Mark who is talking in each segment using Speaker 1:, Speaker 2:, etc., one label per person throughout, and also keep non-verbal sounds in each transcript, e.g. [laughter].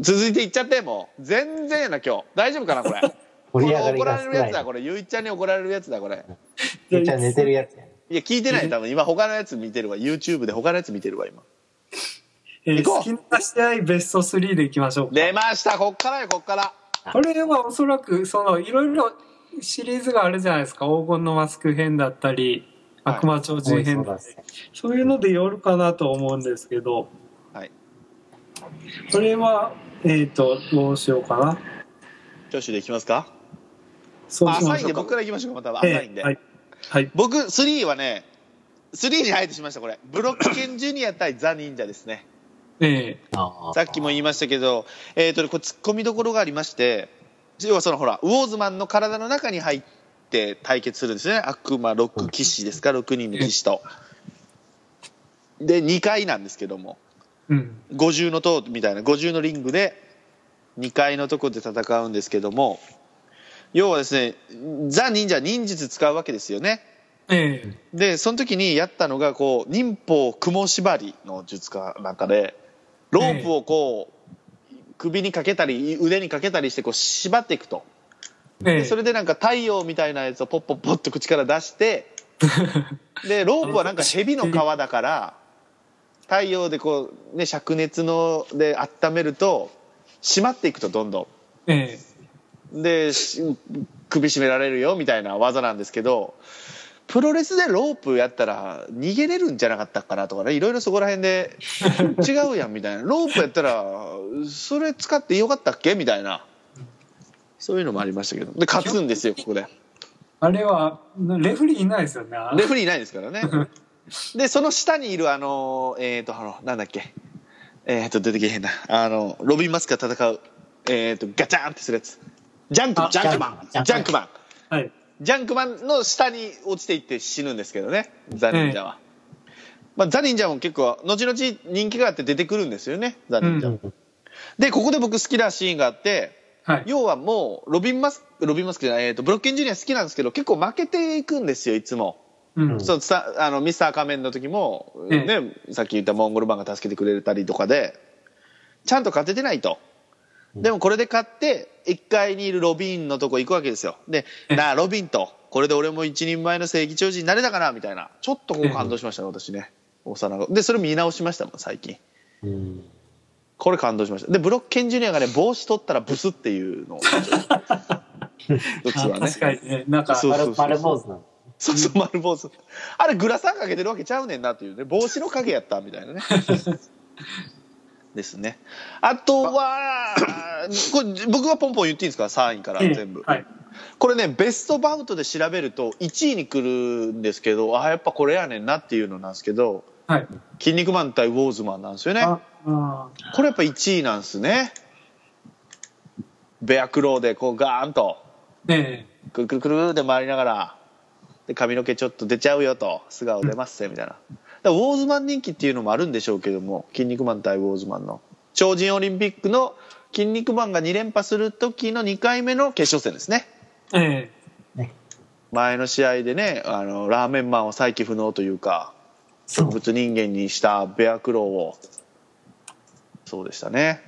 Speaker 1: 続いていっちゃってもう全然やな今日大丈夫かなこれこ
Speaker 2: [laughs] 盛り
Speaker 1: れ
Speaker 2: 上がり
Speaker 1: 怒ら
Speaker 2: が
Speaker 1: れ
Speaker 2: 少
Speaker 1: るや
Speaker 2: な
Speaker 1: つだ
Speaker 2: い。
Speaker 1: これゆいちゃんに怒られるやつだこれ
Speaker 2: めっちゃ寝てるやつやね。
Speaker 1: いや聞いてない多分今他のやつ見てるわ YouTube で他のやつ見てるわ今
Speaker 3: えー
Speaker 1: 行こう
Speaker 3: 好きな試合ベスト3でいきましょうか
Speaker 1: 出ましたこっからよこっから
Speaker 3: これはおそらくそのいろいろシリーズがあるじゃないですか黄金のマスク編だったり
Speaker 1: はい
Speaker 3: 悪魔超人編だ
Speaker 2: だ
Speaker 3: ったり、そういうので寄るかなと思うんですけど、
Speaker 1: はい
Speaker 3: これはえっ、とどうしようかな
Speaker 1: 挙手でいきますか
Speaker 3: そうしま
Speaker 1: 浅い
Speaker 3: し
Speaker 1: ん
Speaker 3: ょう
Speaker 1: で
Speaker 3: か
Speaker 1: 僕からいきましょうかまた浅いんで、
Speaker 3: えーはい、はい、
Speaker 1: 僕3はね3に入ってしまいましたこれブロッケンジュニア対ザ・忍者ですね
Speaker 3: え
Speaker 1: さっきも言いましたけど、えーとねこれ突っ込みどころがありまして要はそのほらウォーズマンの体の中に入って対決するんですね悪魔6騎士ですか6人の騎士とで2階なんですけども
Speaker 3: ーうん
Speaker 1: 五重の塔みたいな五重のリングで2階のとこで戦うんですけども要はですねザ・忍者忍術使うわけですよね
Speaker 3: えー
Speaker 1: でその時にやったのがこう忍法雲縛りの術かなんかでロープをこう首にかけたり腕にかけたりしてこう縛っていくと
Speaker 3: え
Speaker 1: で
Speaker 3: ー
Speaker 1: それでなんか太陽みたいなやつをポッポッポッと口から出して
Speaker 3: [laughs]
Speaker 1: でロープはなんか蛇の皮だから太陽でこうね灼熱ので温めると締まっていくとどんど
Speaker 3: えー
Speaker 1: んでし首絞められるよみたいな技なんですけどプロレスでロープやったら逃げれるんじゃなかったかなとかねいろいろそこら辺で違うやんみたいなロープやったらそれ使ってよかったっけみたいなそういうのもありましたけどで勝つんですよここで。
Speaker 3: あれはレフリーいないですよねあ
Speaker 1: レフリーいないですからね。で、その下にいる、あの、えっ、と、あの、なんだっけ。えっ、と、出てけへんな。あの、ロビン・マスクが戦う、えっ、と、ガチャンってするやつ。ジャンクマン、
Speaker 3: あ
Speaker 1: ジャンクマン、ジ
Speaker 2: ジ
Speaker 1: ャ
Speaker 2: ャ
Speaker 1: ン
Speaker 2: ン
Speaker 1: ク
Speaker 2: ク
Speaker 1: マン。
Speaker 3: はい
Speaker 1: ジャンクマンの下に落ちていって死ぬんですけどね、ザ・忍者は。まあ、ザ・忍者も結構、後々人気があって出てくるんですよね、ザ・忍者。
Speaker 3: うん
Speaker 1: で、ここで僕好きなシーンがあって、
Speaker 3: はい
Speaker 1: 要はもう、ロビン・マスク、ロビン・マスクじゃない、えっ、と、ブロッケン・ジュニア好きなんですけど、結構負けていくんですよ、いつも。
Speaker 3: うん
Speaker 1: そうさあのミスター仮面の時も、
Speaker 3: ええ
Speaker 1: ねさっき言ったモンゴルマンが助けてくれたりとかでちゃんと勝ててないとでもこれで勝って1階にいるロビンのとこ行くわけですよで「
Speaker 3: ええ
Speaker 1: なあロビン」と「これで俺も一人前の正義超人になれたかな」みたいなちょっとこう感動しましたね私ね幼子でそれ見直しましたもん最近
Speaker 2: うん
Speaker 1: これ感動しましたでブロッケンジュニアがね帽子取ったらブスっていう
Speaker 3: [laughs]
Speaker 1: のをうちはね
Speaker 3: あ確かにねなんか
Speaker 1: そうそうそう
Speaker 2: 丸坊主なの。
Speaker 1: そうそう、丸坊主。あれ、グラサンかけてるわけちゃうねんなっていうね、帽子の影やったみたいなね。ですね。あとは、これ僕はポンポン言っていいんですか ?3 位から
Speaker 3: えー
Speaker 1: 全部。
Speaker 3: はい
Speaker 1: これね、ベストバウトで調べると1位に来るんですけど、ああ、やっぱこれやねんなっていうのなんですけど、
Speaker 3: はい
Speaker 1: 筋肉マン対ウォーズマンなんですよね。
Speaker 3: ああ
Speaker 1: これやっぱ1位なんですね。ベアクローでこうガーンと。
Speaker 3: ーえ
Speaker 1: くるくるくるで回りながらで髪の毛ちょっと出ちゃうよと素顔出ますぜみたいなだからウォーズマン人気っていうのもあるんでしょうけども「筋肉マン」対「ウォーズマン」の超人オリンピックの「筋肉マン」が2連覇する時の2回目の決勝戦ですね
Speaker 3: ーえ
Speaker 1: 前の試合でねあのラーメンマンを再起不能というか
Speaker 2: そ
Speaker 1: 動物人間にしたベアクローをそうでしたね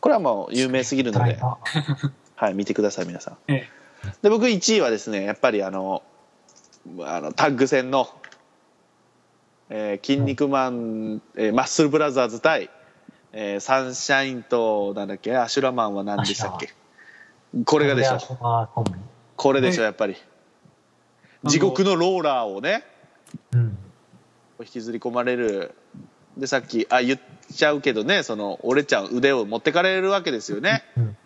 Speaker 1: これはもう有名すぎるので、はい、見てください皆さん
Speaker 3: ーえ
Speaker 1: で僕1位はですねやっぱりあのあのタッグ戦の「えー筋肉マン、えーマッスルブラザーズ」対、えーサンシャインとなんだっけアシュラマンは何でしたっけこ
Speaker 2: こ
Speaker 1: れがでしょ
Speaker 2: ああ、コンビ
Speaker 1: これでしょやっぱり
Speaker 3: の
Speaker 1: 地獄のローラーをね
Speaker 2: うん。
Speaker 1: 引きずり込まれるでさっきあ言っちゃうけどねその折れちゃう腕を持ってかれるわけですよね
Speaker 2: うんうん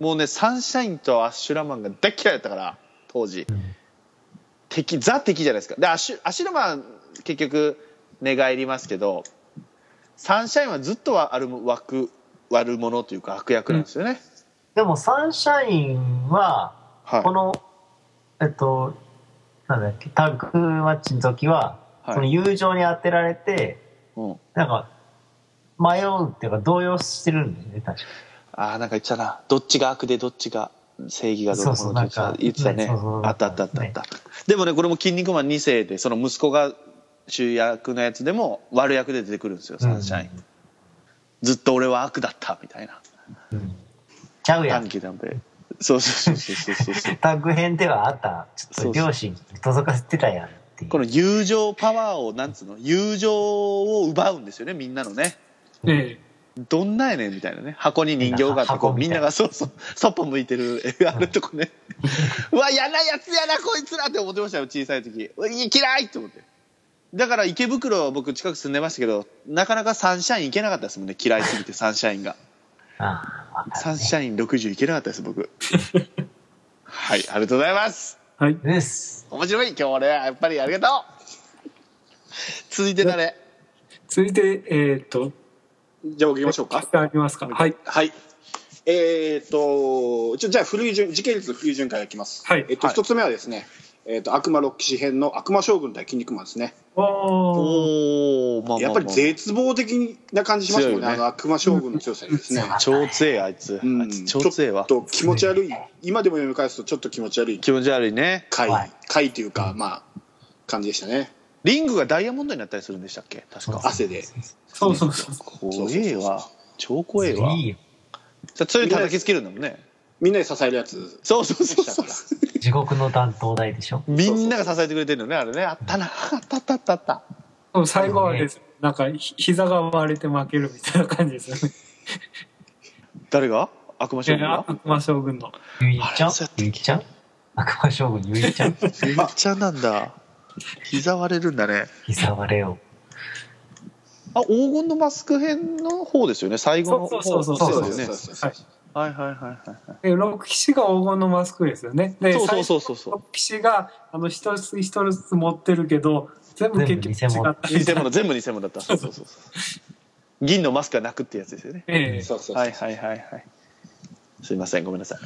Speaker 1: もうねサンシャインとアシュラマンが大っ嫌いだったから当時
Speaker 2: うん
Speaker 1: 敵ザ敵じゃないですかでアシュアシュラマン結局寝返りますけどサンシャインはずっとはある悪悪者というか悪役なんですよね、
Speaker 2: でも、サンシャインは、
Speaker 1: はい
Speaker 2: この、えっと、なんだっけ、タッグマッチの時は、
Speaker 1: はい
Speaker 2: その友情に当てられて、
Speaker 1: うん、
Speaker 2: なんか、迷うっていうか、動揺してるんだよね、確か
Speaker 1: ああなんか言ってたなどっちが悪でどっちが正義がどうの
Speaker 2: そうそう
Speaker 1: こうのって
Speaker 2: なんか
Speaker 1: 言ってたね
Speaker 2: ねそうそう
Speaker 1: あったあったあったあっ
Speaker 2: ね
Speaker 1: た、でもねこれも「筋肉マン2世」でその息子が主役のやつでも悪役で出てくるんですよサンシャイン、ずっと俺は悪だったみたいな
Speaker 2: うんちゃうや
Speaker 1: 短
Speaker 2: ん。
Speaker 1: 期なんでそうそうそうそうそうそう
Speaker 2: タッグ編ではあった、ちょっと両親届かせてたやんっていう。
Speaker 1: この友情パワーをなんつうの友情を奪うんですよねみんなのね
Speaker 3: え
Speaker 1: どんなやねんみたいなね箱に人形があってこう
Speaker 2: 箱みた
Speaker 1: み
Speaker 2: い
Speaker 1: ん
Speaker 2: な
Speaker 1: ながそうそうそっぽ向いてる絵があるとこ
Speaker 4: [laughs]
Speaker 1: ねうわ嫌なやつやなこいつらって思ってましたよ小さい時うわ嫌いって思ってだから池袋僕近く住んでましたけどなかなかサンシャイン行けなかったですもんね嫌いすぎてサンシャイン
Speaker 4: [laughs]
Speaker 1: が
Speaker 2: ああ、わか
Speaker 1: サンシャイン60行けなかったです僕はいありがとうございます
Speaker 3: えはい。
Speaker 2: る。です。
Speaker 1: 面白い今日はねやっぱりありがとう続いて誰
Speaker 3: 続いて、えーっと、
Speaker 4: じゃあ僕行きましょうか
Speaker 3: ありますか。はい。
Speaker 4: はい。えっと、ちょじゃあ古い順、時系列の古い順からいきます。
Speaker 3: はい
Speaker 4: えっと、
Speaker 1: はい
Speaker 4: 一つ目はですね、えっと、悪魔六騎士編の悪魔将軍対筋肉マンですね。
Speaker 3: おー。
Speaker 1: おおまあまあまあ
Speaker 4: やっぱり絶望的な感じしますもんね、
Speaker 1: 強い
Speaker 4: あ
Speaker 1: よね
Speaker 4: の悪魔将軍の強さにですね。
Speaker 1: 超強いあいつ、
Speaker 4: うん
Speaker 1: あいつ超強いわ
Speaker 4: ちょっと気持ち悪い、今でも読み返すとちょっと気持ち悪い
Speaker 1: 気持ち悪いね
Speaker 4: 回、
Speaker 2: はい
Speaker 4: 回というか、まあ、感じでしたね。
Speaker 1: リングがダイヤモンドになったりするんでしたっけ確か
Speaker 4: 汗で。
Speaker 3: そうそうそう。
Speaker 1: 怖えわ超怖えわ
Speaker 2: いいよ。
Speaker 1: さそれに叩きつけるんだもんね
Speaker 4: みんなで支えるやつ
Speaker 1: そうそう
Speaker 4: で
Speaker 1: そう
Speaker 4: した
Speaker 1: そ
Speaker 4: か
Speaker 1: う
Speaker 4: ら。
Speaker 2: 地獄の担当台でしょ。
Speaker 1: みんなが支えてくれてるのねあれねあったなあったあったあったあった
Speaker 3: そう最後はです。なんか、ひ膝が割れて負けるみたいな感じですよね。
Speaker 1: 誰が悪魔
Speaker 3: え
Speaker 1: 将軍
Speaker 3: ー
Speaker 1: が
Speaker 3: 悪魔将軍の。
Speaker 2: ゆいちゃ
Speaker 1: あ
Speaker 2: ん
Speaker 1: れそうやっ
Speaker 2: ゆいちゃん悪魔将軍ゆいちゃん
Speaker 1: めっちゃなんだ膝割れるんだね
Speaker 2: 膝割れを。
Speaker 1: あ黄金のマスク編の方ですよね最後の方
Speaker 3: そうそうそう
Speaker 2: そう
Speaker 1: そう
Speaker 4: そう
Speaker 1: です
Speaker 4: そ
Speaker 1: よね
Speaker 4: うそうそう
Speaker 3: はい。
Speaker 1: はいはいはいはい
Speaker 3: で、六騎士が黄金のマスクですよね。で、
Speaker 1: そう
Speaker 3: 最
Speaker 1: そう
Speaker 3: 初
Speaker 1: そうそうそう
Speaker 3: 六騎士が、あの、一つ一つずつ持ってるけど、全部結局違
Speaker 2: 全部偽物
Speaker 3: ったり
Speaker 1: 偽物全部偽物だったそうそうそうそう銀のマスクが泣くってやつですよね
Speaker 3: ええ
Speaker 4: そうそうそう
Speaker 1: はいはいはいはいすいませんごめんなさい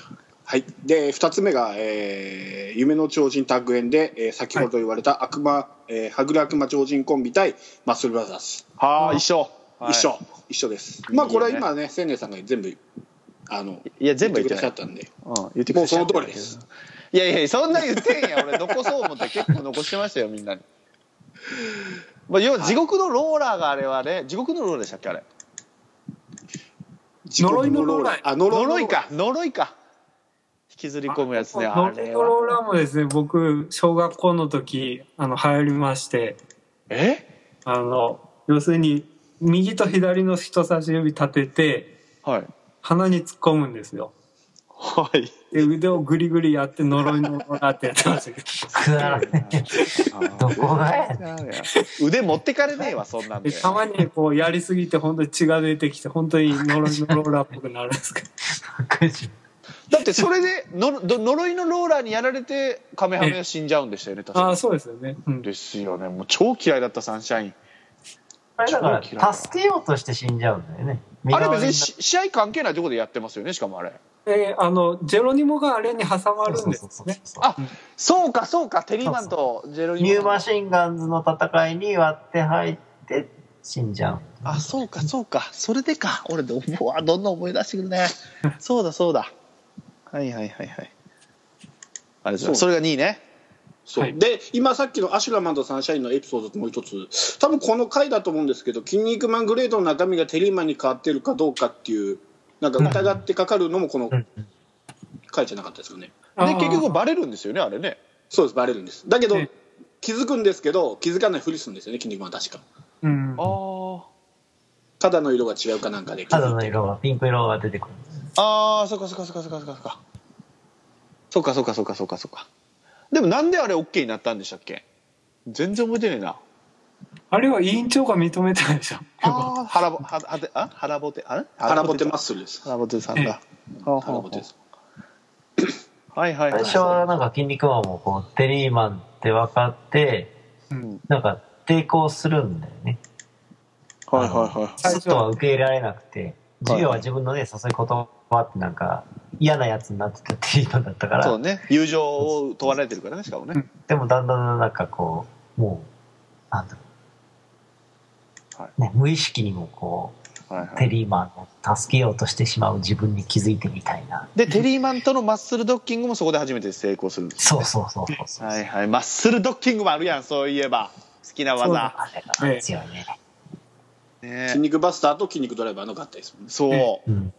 Speaker 4: はい、で2つ目が、えー夢の超人タッグ編」で、えー先ほど言われた悪魔、えーはぐれ悪魔超人コンビ対マッスルブラザーズ、
Speaker 1: はあ一緒、はい
Speaker 4: 一緒一緒で
Speaker 1: い
Speaker 4: す
Speaker 1: いよね
Speaker 4: まあこれは今ね千年さんが全部あの
Speaker 1: いや全部言って
Speaker 4: く
Speaker 1: な
Speaker 4: ださ
Speaker 1: い
Speaker 4: っ、たんで
Speaker 1: うん、言ってく
Speaker 4: も
Speaker 1: だ
Speaker 4: う
Speaker 1: さ
Speaker 4: そ
Speaker 1: い
Speaker 4: の通りです
Speaker 1: いやいやそんな言ってんや俺残そう思って結構残してましたよみんなに、まあ、要は地獄のローラーがあれはね地獄のローラーでしたっけあれ
Speaker 3: 呪いのローラー
Speaker 4: あ呪いのロ
Speaker 1: 呪
Speaker 4: ー
Speaker 1: い
Speaker 4: ラー
Speaker 1: か呪いか引きずり込むやつねあ
Speaker 3: ノ
Speaker 1: れ
Speaker 3: ルドロー
Speaker 1: は
Speaker 3: ラーもですね、僕、小学校の時、あの、流行りまして、
Speaker 1: え
Speaker 3: あの、要するに、右と左の人差し指立てて、
Speaker 1: はい
Speaker 3: 鼻に突っ込むんですよ。
Speaker 1: はい
Speaker 3: で、腕をグリグリやって、呪いのローラーってやってましたけ [laughs] ど。
Speaker 2: くだらねえ。どこがやねん。
Speaker 1: 腕持ってかれねえわそんなんで
Speaker 3: でたまにこうやりすぎて本当に血が出てきて本当に呪いのローラーっぽくなるんですけど
Speaker 2: 悪事
Speaker 1: だってそれ [laughs] でのど呪いのローラーにやられてカメハメは死んじゃうんでしたよね確
Speaker 3: あ
Speaker 1: か
Speaker 3: あそうですよね、うん、
Speaker 1: ですよねもう超嫌いだったサンシャイン
Speaker 2: あれだから、助けようとして死んじゃうんだよね。身
Speaker 1: あ
Speaker 2: 代
Speaker 1: れ
Speaker 2: わ
Speaker 1: 別
Speaker 2: り
Speaker 1: に
Speaker 2: に
Speaker 1: し試合関係ないところでやってますよねしかもあれ
Speaker 3: であのジェロニモがあれに挟ま
Speaker 2: なる
Speaker 3: る
Speaker 2: そ
Speaker 3: ん
Speaker 2: う
Speaker 3: で
Speaker 2: そう
Speaker 3: す
Speaker 2: そう
Speaker 3: ね
Speaker 2: そう。
Speaker 1: あそうかそうかテリーマンとジェロニモ
Speaker 2: ニューマシンガンズの戦いに割って入って死んじゃう。
Speaker 1: あそうかそうかそれでか俺どうわどんどん思い出してくる [laughs] ねそうだそうだはいはいはいはいあれ
Speaker 4: そう
Speaker 1: それが2位ね
Speaker 4: そう
Speaker 3: はい
Speaker 4: で今さっきのアシュラマンとサンシャインのエピソードともう一つ多分この回だと思うんですけど「筋肉マングレード」の中身がテリーマンに変わってるかどうかっていうなんか疑ってかかるのもこの
Speaker 2: うん
Speaker 4: 回じゃなかったですよね
Speaker 3: あ
Speaker 1: で
Speaker 3: ー
Speaker 1: 結局バレるんですよねあれね
Speaker 4: そうですバレるんですだけど
Speaker 3: ええ
Speaker 4: 気づくんですけど気づかないふりするんですよね筋肉マンは確か
Speaker 3: うん
Speaker 1: あー
Speaker 4: 肌の色が違うかなんかで気づいて
Speaker 2: 肌の色が、ピンク色が出てくる。
Speaker 1: あーそっかそっかそっかそっかそっかそっかそっかそっかそっかそっかそっかでもなんであれ OK になったんでしたっけ全然覚えてねえな
Speaker 3: あれは委員長が認めたでしょ
Speaker 1: ああ [laughs] 腹ぼははてあ腹ぼてあれ
Speaker 4: 腹ぼてマッ
Speaker 1: す
Speaker 4: スルです
Speaker 1: 腹ぼてさんだはあはあ
Speaker 4: 腹ぼてです
Speaker 1: はいはいは
Speaker 2: 最
Speaker 1: い
Speaker 2: 初はなんか筋肉マンもこう、テリーマンって分かって、
Speaker 3: うん
Speaker 2: なんか抵抗するんだよね。
Speaker 1: はいはいはい
Speaker 2: ちょっとは受け入れられなくて、授業は自分のね、誘い言葉ってなんか嫌なやつになってたテリーマンだったか
Speaker 1: そう
Speaker 2: ら、
Speaker 1: ね友情を問われてるからねしかもね、
Speaker 3: うん
Speaker 2: でもだんだんなんかこう、もう、なんだろう
Speaker 1: は
Speaker 2: ね、無意識にもこ
Speaker 1: はいは
Speaker 2: う、テ
Speaker 1: い、
Speaker 2: リーマンを助けようとしてしまう自分に気づいてみたいな。
Speaker 1: でテリーマンとのマッスルドッキングもそこで初めて成功するんです
Speaker 2: そうそうそうそうそう。
Speaker 1: はいはいマッスルドッキングもあるやんそういえば好きな
Speaker 3: そう
Speaker 1: 技
Speaker 3: だ
Speaker 2: あれが強いね。
Speaker 1: ね
Speaker 4: 筋肉バスターと筋肉ドライバーの合体ですもんね。
Speaker 1: そう
Speaker 2: うん。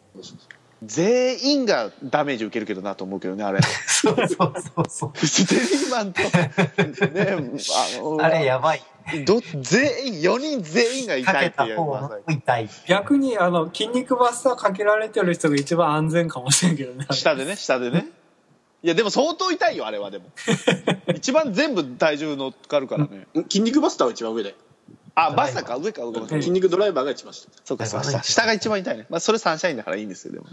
Speaker 1: 全員がダメージ受けるけどなと思うけどねあ [laughs] れ
Speaker 2: そうそうそうそ
Speaker 1: テリーマンとねあ
Speaker 2: う。
Speaker 1: の
Speaker 2: あれやばい。
Speaker 1: ど全員4人全員が
Speaker 2: か
Speaker 1: 痛い
Speaker 2: け
Speaker 1: って
Speaker 2: た
Speaker 1: いう
Speaker 2: 方
Speaker 1: ま
Speaker 2: も
Speaker 1: さ
Speaker 2: 痛い。
Speaker 3: 逆に、あの、筋肉バスターかけられてる人が一番安全かもしれんけどね。
Speaker 1: に下でね下でねいやでも相当痛いよあれはで [laughs] も一番全部体重乗っかるからね
Speaker 4: ん筋肉バスターは一番上で。
Speaker 1: あバスターか上か上か
Speaker 3: うん
Speaker 4: 筋肉ドライバーが一番下。
Speaker 1: そうかそうか下下が一番痛いねまあそれサンシャインだからいいんですけど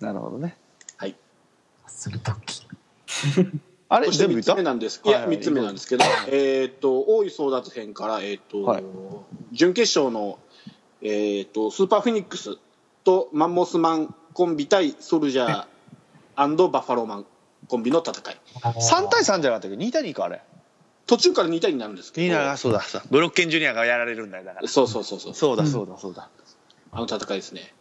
Speaker 1: なるほどね
Speaker 4: はい。
Speaker 2: するとき。
Speaker 1: あれ
Speaker 4: そして
Speaker 1: 全部
Speaker 4: 3
Speaker 1: 痛
Speaker 4: つ目なんです。い
Speaker 1: はい
Speaker 4: や、
Speaker 1: はい
Speaker 4: 三つ目なんですけど、えーっと、大井争奪編から、えーっと、
Speaker 1: はい
Speaker 4: 準決勝の、えーっと、スーパーフェニックスとマンモスマンコンビ対ソルジャーバッファローマンコンビの戦い。
Speaker 1: 3対3じゃなかったっけど2対2かあれ
Speaker 4: 途中から2対になるんですけ
Speaker 1: 2
Speaker 4: ど、
Speaker 1: 対そうだそうだブロッケンジュニアがやられるんだよだから
Speaker 4: そうそうそうそう、
Speaker 1: そうだそうだそうだ
Speaker 4: あの戦いですね。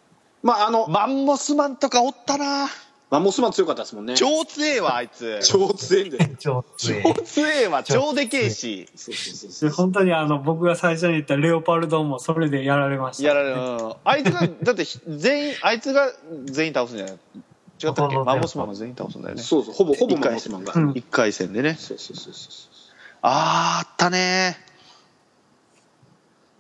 Speaker 4: まあ、あの、
Speaker 1: マンモスマンとかおったな
Speaker 4: マンモスマン強かったですもんね。
Speaker 1: 超強えわあいつ
Speaker 4: 超強いんだよ。
Speaker 1: [laughs]
Speaker 2: 超強い。
Speaker 1: 超強えわ超でけえし
Speaker 4: そうそうそ
Speaker 3: で
Speaker 4: うそう。
Speaker 3: 本当にあの、僕が最初に言ったレオパルドもそれでやられました。
Speaker 1: やられるうんあいつがだってひ全員あいつが全員倒すんじゃない違ったっけマンモスマンが全員倒すんだよね
Speaker 4: そうそう、ほぼ、ほぼ
Speaker 1: 一回
Speaker 4: マンモスマンが。
Speaker 3: うん
Speaker 1: 1回戦でね
Speaker 4: そうそうそうそう。
Speaker 1: あーあったね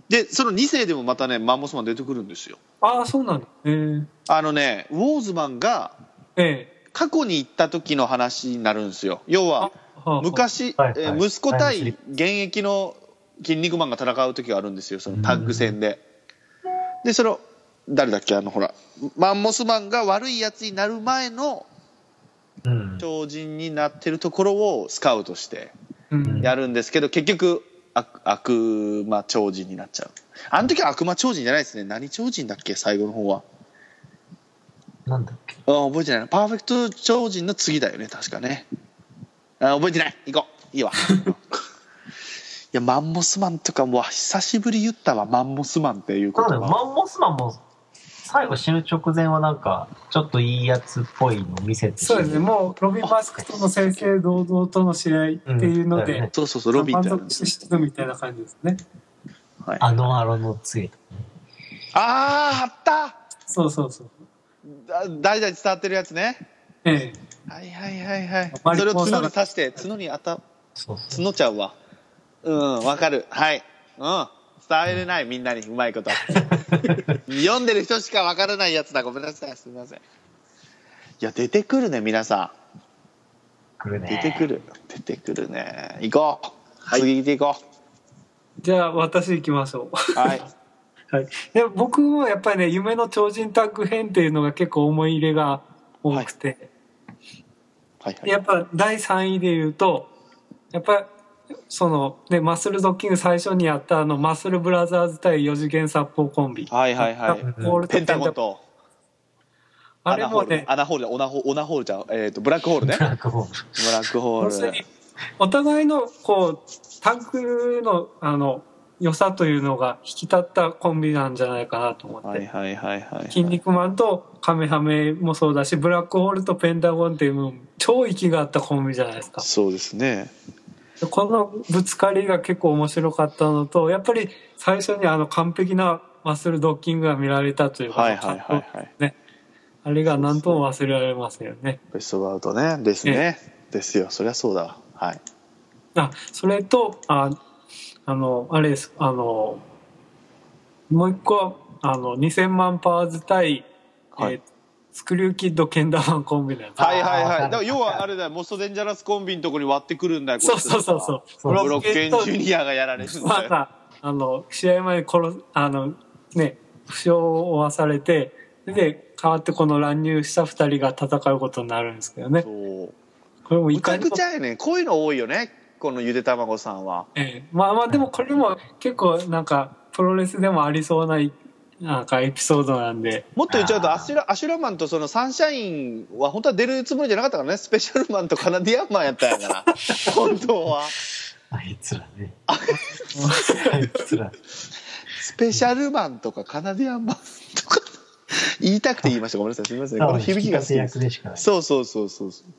Speaker 1: でその2世でもまたねマンモスマン出てくるんですよ
Speaker 3: ああ、そうなの。えー、
Speaker 1: あのねウォーズマンが
Speaker 3: え
Speaker 1: 過去に行った時の話になるんですよ要は
Speaker 3: ーはあ、
Speaker 1: 昔、
Speaker 2: はいはい
Speaker 1: えー息子
Speaker 2: タイ
Speaker 1: 対
Speaker 2: ムスリッ
Speaker 1: 現役の筋肉マンが戦う時があるんですよそのタッグ戦で、でその誰だっけあのほらマンモスマンが悪いやつになる前の
Speaker 2: うん。
Speaker 1: 超人になってるところをスカウトして
Speaker 3: うん、
Speaker 1: やるんですけど結局悪悪魔超人になっちゃうあの時は悪魔超人じゃないですね何超人だっけ最後の方は
Speaker 2: なんだっけ。
Speaker 1: あ覚えてないなパーフェクト超人の次だよね確かねあ覚えてない行こういいわ [laughs] いやマンモスマンとかもう久しぶり言ったわマンモスマンっていう
Speaker 2: そ
Speaker 1: 言
Speaker 2: うだよ。
Speaker 1: 葉
Speaker 2: マンモスマンも、最後死ぬ直前はなんか、ちょっといいやつっぽいの見せて。
Speaker 3: そうですね、もうロビン・マスクとの先生堂々との試合っていうの
Speaker 2: うんだよね
Speaker 3: で、
Speaker 1: そうそうそうロビンっ
Speaker 3: 満
Speaker 1: てあるん
Speaker 3: 足
Speaker 1: ですよ
Speaker 3: してるみたいな感じですね。
Speaker 1: はい、あ
Speaker 2: あのアロの杖。
Speaker 1: あーあっ
Speaker 3: そうそうそう。
Speaker 1: ただ代々伝わってるやつね
Speaker 3: ええ
Speaker 1: はいはいはいはい
Speaker 3: マリ
Speaker 1: それを
Speaker 3: コン
Speaker 1: 角
Speaker 3: さん
Speaker 1: に
Speaker 3: が
Speaker 1: 刺して角にあた
Speaker 2: そうそう。
Speaker 1: 角ちゃうわうんわかるはいうん伝えれないみんなにうまい
Speaker 3: [laughs]
Speaker 1: こと読んでる人しかわからないやつだごめんなさいすみませんいや出てくるね皆さ
Speaker 2: くる
Speaker 1: ん
Speaker 2: ね。
Speaker 1: 出てくる出てくるね行こう、
Speaker 4: はい
Speaker 1: 次行っていこ
Speaker 3: じゃあ、私行きましょう。 [laughs]
Speaker 1: うはい
Speaker 3: はい、で僕もやっぱりね「夢の超人タッグ編」っていうのが結構思い入れが多くて、
Speaker 1: はい
Speaker 3: でやっぱ第3位で言うとやっぱりその、ね、マッスルドッキング最初にやったあのマッスルブラザーズ対四次元殺法コンビ、
Speaker 1: はいはいはい
Speaker 2: い
Speaker 3: ボールと
Speaker 1: ペンタゴンと
Speaker 3: あれもね
Speaker 1: アナホールアナホールだオナホオナホールじゃんえっ、とブラックホ
Speaker 3: [laughs]
Speaker 1: ールね
Speaker 2: ブラックホール。
Speaker 1: ブラックホ
Speaker 3: 要
Speaker 1: ー
Speaker 3: する
Speaker 1: ル
Speaker 3: にお互いのこうタッグのあの良さというのが引き立ったコンビなんじゃないかなと思って。
Speaker 1: はいはいはいはい
Speaker 3: 筋肉マンとカメハメもそうだしブラックホールとペンタゴンっていうもう超息があったコンビじゃないですか
Speaker 1: そうですね
Speaker 3: このぶつかりが結構面白かったのとやっぱり最初にあの完璧なマッスルドッキングが見られたというか
Speaker 1: はいはいはいはい
Speaker 3: あれが何とも忘れられますよね
Speaker 1: ベストバウトねですねですよそりゃそうだわはい
Speaker 3: あそれとああのあれですあのもう一個はあの2000万パーズ対、
Speaker 1: はい
Speaker 3: えースクリューキッドケンダーマンコンビのやつ
Speaker 1: はいはい
Speaker 2: わ
Speaker 1: はい。
Speaker 2: か
Speaker 1: だ
Speaker 2: る
Speaker 1: から要はあれだよ、モストデンジャラスコンビのとこに割ってくるんだよ。
Speaker 3: そうそうそうそう
Speaker 1: ブ
Speaker 2: ブ
Speaker 1: ロ
Speaker 2: ロ
Speaker 1: ッケンジ
Speaker 3: と
Speaker 1: ュニアがやられるん
Speaker 3: [laughs] ま
Speaker 1: だよ。
Speaker 3: だあの試合前に殺すあのね負傷を負わされてで代わってこの乱入した2人が戦うことになるんですけどね
Speaker 1: そう。
Speaker 3: これもい
Speaker 1: むち
Speaker 3: か
Speaker 1: ゃ
Speaker 3: に
Speaker 1: く
Speaker 3: も
Speaker 1: ち、ゃやねん。こういうの多いよね。このゆで卵さんは。
Speaker 3: ええまあまあでもこれも結構なんかプロレスでもありそうないなんかエピソードなんで
Speaker 1: もっと言っちゃうと
Speaker 2: あー
Speaker 1: アシュラ、アシュラマンとそのサンシャインは本当は出るつもりじゃなかったからね。スペシャルマンとカナディアンマンやったんやから。
Speaker 3: [laughs]
Speaker 1: 本当は。
Speaker 2: あいつらね。あいつ
Speaker 1: [laughs]
Speaker 2: ら。
Speaker 1: スペシャルマンとかカナディアンマンとか。言いたくて言いました。ごめんなさい。すみません。この響きが好き
Speaker 2: 引き
Speaker 1: で
Speaker 2: 立
Speaker 1: す
Speaker 2: て役。でしかない。
Speaker 1: そうそうそうそうそう。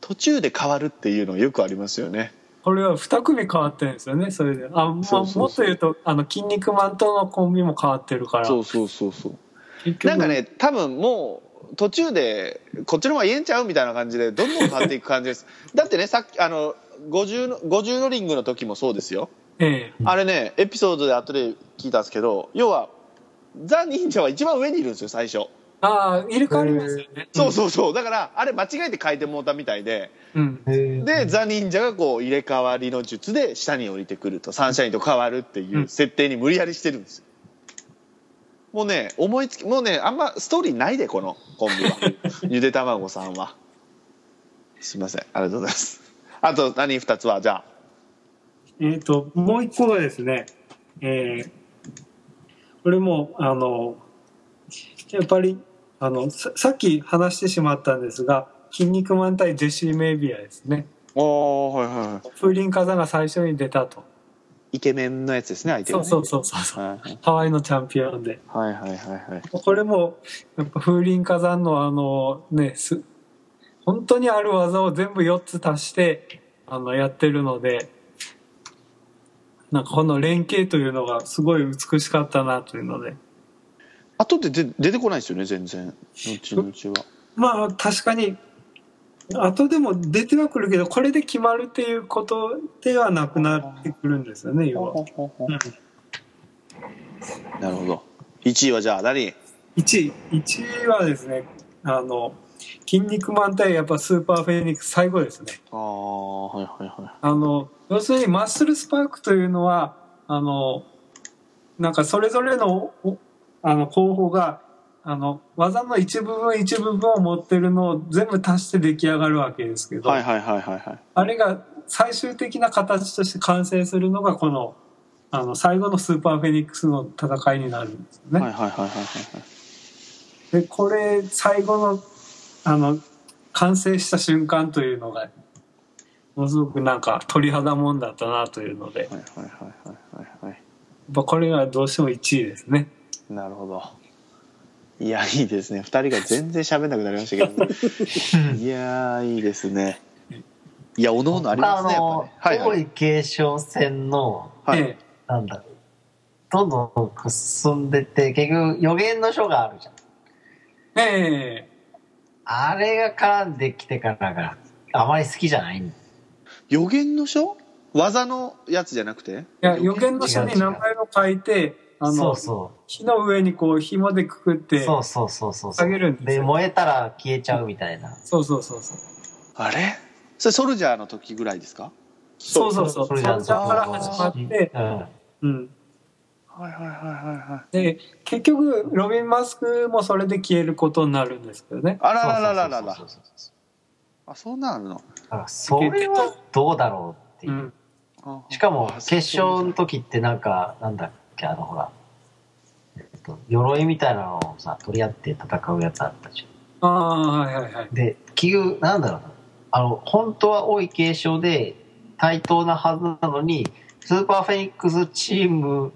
Speaker 1: 途中で変わるっていうのよくありますよね。
Speaker 3: これは2組変わってるんですよねそれであ、ま
Speaker 1: そうそうそう
Speaker 3: あ、もっと言うと「あの筋肉マン」とのコンビも変わってるから
Speaker 1: そうそうそうそう
Speaker 3: 結局
Speaker 1: なんかね多分もう途中でこっちの方が言えんちゃうみたいな感じでどんどん変わっていく感じです [laughs] だってねさっきあの50の50のリングの時もそうですよ
Speaker 3: ええ
Speaker 1: あれねエピソードで後で聞いたんですけど要はザ・忍者は一番上にいるんですよ最初
Speaker 3: ああ入れ替わりますよね、
Speaker 1: そうそうそうだからあれ間違えて変えてもうたみたいで
Speaker 3: うん、
Speaker 1: でザ・忍者がこう入れ替わりの術で下に降りてくるとサンシャインと変わるっていう設定に無理やりしてるんですよもうね思いつきもうねあんまストーリーないでこのコンビはゆで卵さんはすいませんありがとうございますあと何2つはじゃあ
Speaker 5: えー、ともう一個がですね、えーこれもあのやっぱりあのささっき話してしまったんですが「筋肉マン対ジェシー・メイビア」ですね
Speaker 1: おーはいはいは
Speaker 3: 風林火山が最初に出たと
Speaker 1: いイケメンのやつですね相手が
Speaker 3: そ
Speaker 1: ね
Speaker 3: うそうそうそうそう
Speaker 1: はいはい
Speaker 3: ハワイのチャンピオンで
Speaker 1: はいはいはいはい
Speaker 3: これもやっぱ風林火山のあのねす本当にある技を全部4つ足してあのやってるのでなんかこの連携というのがすごい美しかったなというので
Speaker 1: あとで出出てこないですよね全然後々は
Speaker 3: まあ確かに後でも出てはくるけどこれで決まるっていうことではなくなってくるんですよね要は。
Speaker 1: なるほど1位はじゃあ何
Speaker 3: 1位1位はですねあの「筋肉マン」対やっぱスーパーフェニックス最後ですね。
Speaker 1: ああはいはいはい
Speaker 3: あの要するにマッスルスパークというのはあのなんかそれぞれのおあの候補があの技の一部分一部分を持ってるのを全部足して出来上がるわけですけど、
Speaker 1: はいはいはいはいはい
Speaker 3: あれが最終的な形として完成するのがこのあの最後のスーパーフェニックスの戦いになるんですよね。
Speaker 1: はいはいはいはいはい
Speaker 3: でこれ最後のあの完成した瞬間というのがものすごくなんか鳥肌もんだったなというのでやっ
Speaker 1: はいはいはいはいはいはい
Speaker 3: ぱこれがどうしても1位ですね。
Speaker 1: なるほどいやいいですね2人が全然喋んなくなりましたけどいやーいいですねいやおのおのありますねやっぱ
Speaker 2: の
Speaker 1: ねはい
Speaker 2: 王
Speaker 1: はい
Speaker 2: 位継承戦の
Speaker 1: はい
Speaker 3: で
Speaker 2: なんだろうどんどん進んでって結局予言の書があるじゃん
Speaker 3: ええ
Speaker 2: あれが絡んできてからがあまり好きじゃないん
Speaker 1: 予言の書技のやつじゃなくて
Speaker 3: いや予言の書に名前を書いてあの
Speaker 2: そうそ
Speaker 3: 火の上にこう紐でくくっ
Speaker 2: う
Speaker 3: て
Speaker 2: そうそうそうそうそ
Speaker 3: 下げるん
Speaker 2: う
Speaker 3: です
Speaker 2: で
Speaker 3: よ
Speaker 2: 燃えたら消えちゃうみたいな
Speaker 3: そうそうそうそう
Speaker 1: あれそれソルジャーの時ぐらいですか
Speaker 3: そうそうそ
Speaker 2: そ
Speaker 3: うそ
Speaker 2: れ
Speaker 3: れ
Speaker 2: じゃん
Speaker 3: から始まって、
Speaker 2: うん
Speaker 3: うん、
Speaker 1: はいはいはいはいはい
Speaker 3: で結局ロビン・マスクもそれで消えることになるんですけどね
Speaker 1: あららららら
Speaker 2: そ
Speaker 1: ら
Speaker 2: うそうそうそう
Speaker 1: あそうなるの
Speaker 2: だからそれはどうだろうっていうう、
Speaker 3: ん
Speaker 2: しかも決勝の時ってなんかなんだっけあのほら、えっと、鎧みたいなのをさ取り合って戦うやつあったじ
Speaker 3: ああはいはいはい
Speaker 2: ゃんで結局なんだろうなあの本当は王位継承で対等なはずなのにスーパーフェニックスチーム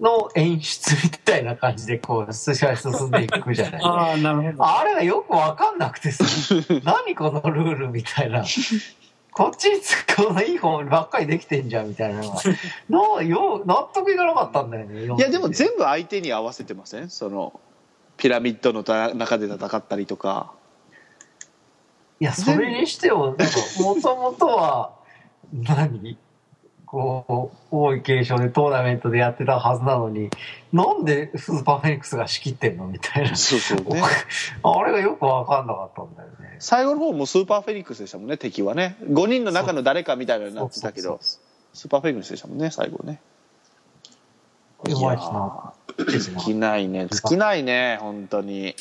Speaker 2: の演出みたいな感じでこう進んでいくじゃない
Speaker 3: [laughs] ああなるほど
Speaker 2: あれがよくわかんなくてさ、何このルールみたいな。こっちに突っ込んだいい方ばっかりできてんじゃんみたいなのが。なあよう納得いかなかったんだよね。い
Speaker 1: いやでも全部相手に合わせてませんそのピラミッドのた中で戦ったりとか
Speaker 2: いや、それにしても、なんか、もともとは、何こう、王位継承でトーナメントでやってたはずなのに、なんでスーパーフェニックスが仕切ってんのみたいな。
Speaker 1: そうそうね
Speaker 2: [laughs] あれがよくわかんなかったんだよね。
Speaker 1: 最後の方もスーパーフェニックスでしたもんね敵はね5人の中の誰かみたいなのになってたけど
Speaker 2: そう
Speaker 1: スーパーフェニックスでしたもんね最後
Speaker 2: [clears throat]
Speaker 1: ね
Speaker 2: そうそう。うまいしな。
Speaker 1: 尽きないね尽きないね本当に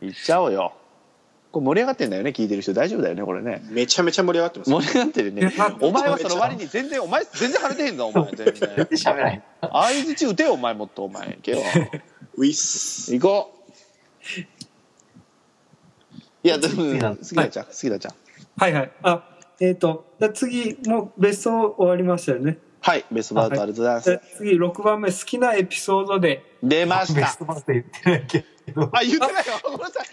Speaker 1: いっちゃおうよこれ盛り上がってんだよね聞いてる人大丈夫だよねこれね
Speaker 4: めちゃめちゃ盛り上がってます。
Speaker 1: 盛り上がってるねお前はその割に全然お前全然晴れてへんぞお前全然
Speaker 2: 全然喋らない。
Speaker 1: 相槌打てよお前もっとお前行けよ
Speaker 4: ウィス。
Speaker 1: 行こういやでも
Speaker 2: 次なん
Speaker 1: 杉田ちゃん杉田ちゃん
Speaker 3: はいはいあえっ、とじゃあ次もうベスト終わりましたよね
Speaker 1: はいベストバウトありがとうございま
Speaker 3: じゃあ
Speaker 1: す
Speaker 3: 次6番目好きなエピソードで
Speaker 1: 出まし
Speaker 2: ベ
Speaker 1: た
Speaker 2: ストバウト言ってないけど。
Speaker 1: あ言ってないよごめんなさい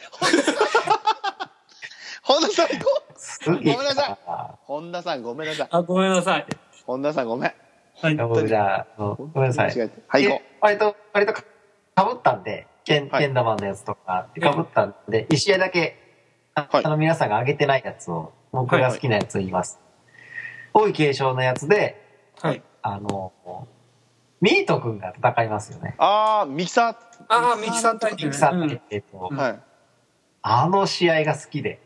Speaker 1: 本田さん行こう
Speaker 2: すげえ
Speaker 1: ごめんなさい
Speaker 2: な
Speaker 1: 本田さんごめんなさい
Speaker 3: あ、ごめんなさい。
Speaker 1: 本田さんごめん
Speaker 5: はい。
Speaker 2: 僕じゃああの、ごめんなさい。
Speaker 1: 間違えてはい行こ
Speaker 2: え割と、割とかぶったんで、けん、
Speaker 1: はい
Speaker 2: けん玉のやつとか、かぶったんで、一試合だけ、あ
Speaker 1: はい
Speaker 2: あの、皆さんが上げてないやつを、僕が好きなやつを言います。多い継承のやつで、
Speaker 3: はい。
Speaker 2: あの、ミート君が戦いますよね
Speaker 1: う。ああミキサ
Speaker 3: ああ、ミキさん対
Speaker 2: ミ
Speaker 3: 決
Speaker 2: キサ
Speaker 3: う
Speaker 2: ーって
Speaker 3: ん、
Speaker 2: えっと
Speaker 1: ー、はい
Speaker 2: あの試合が好きで、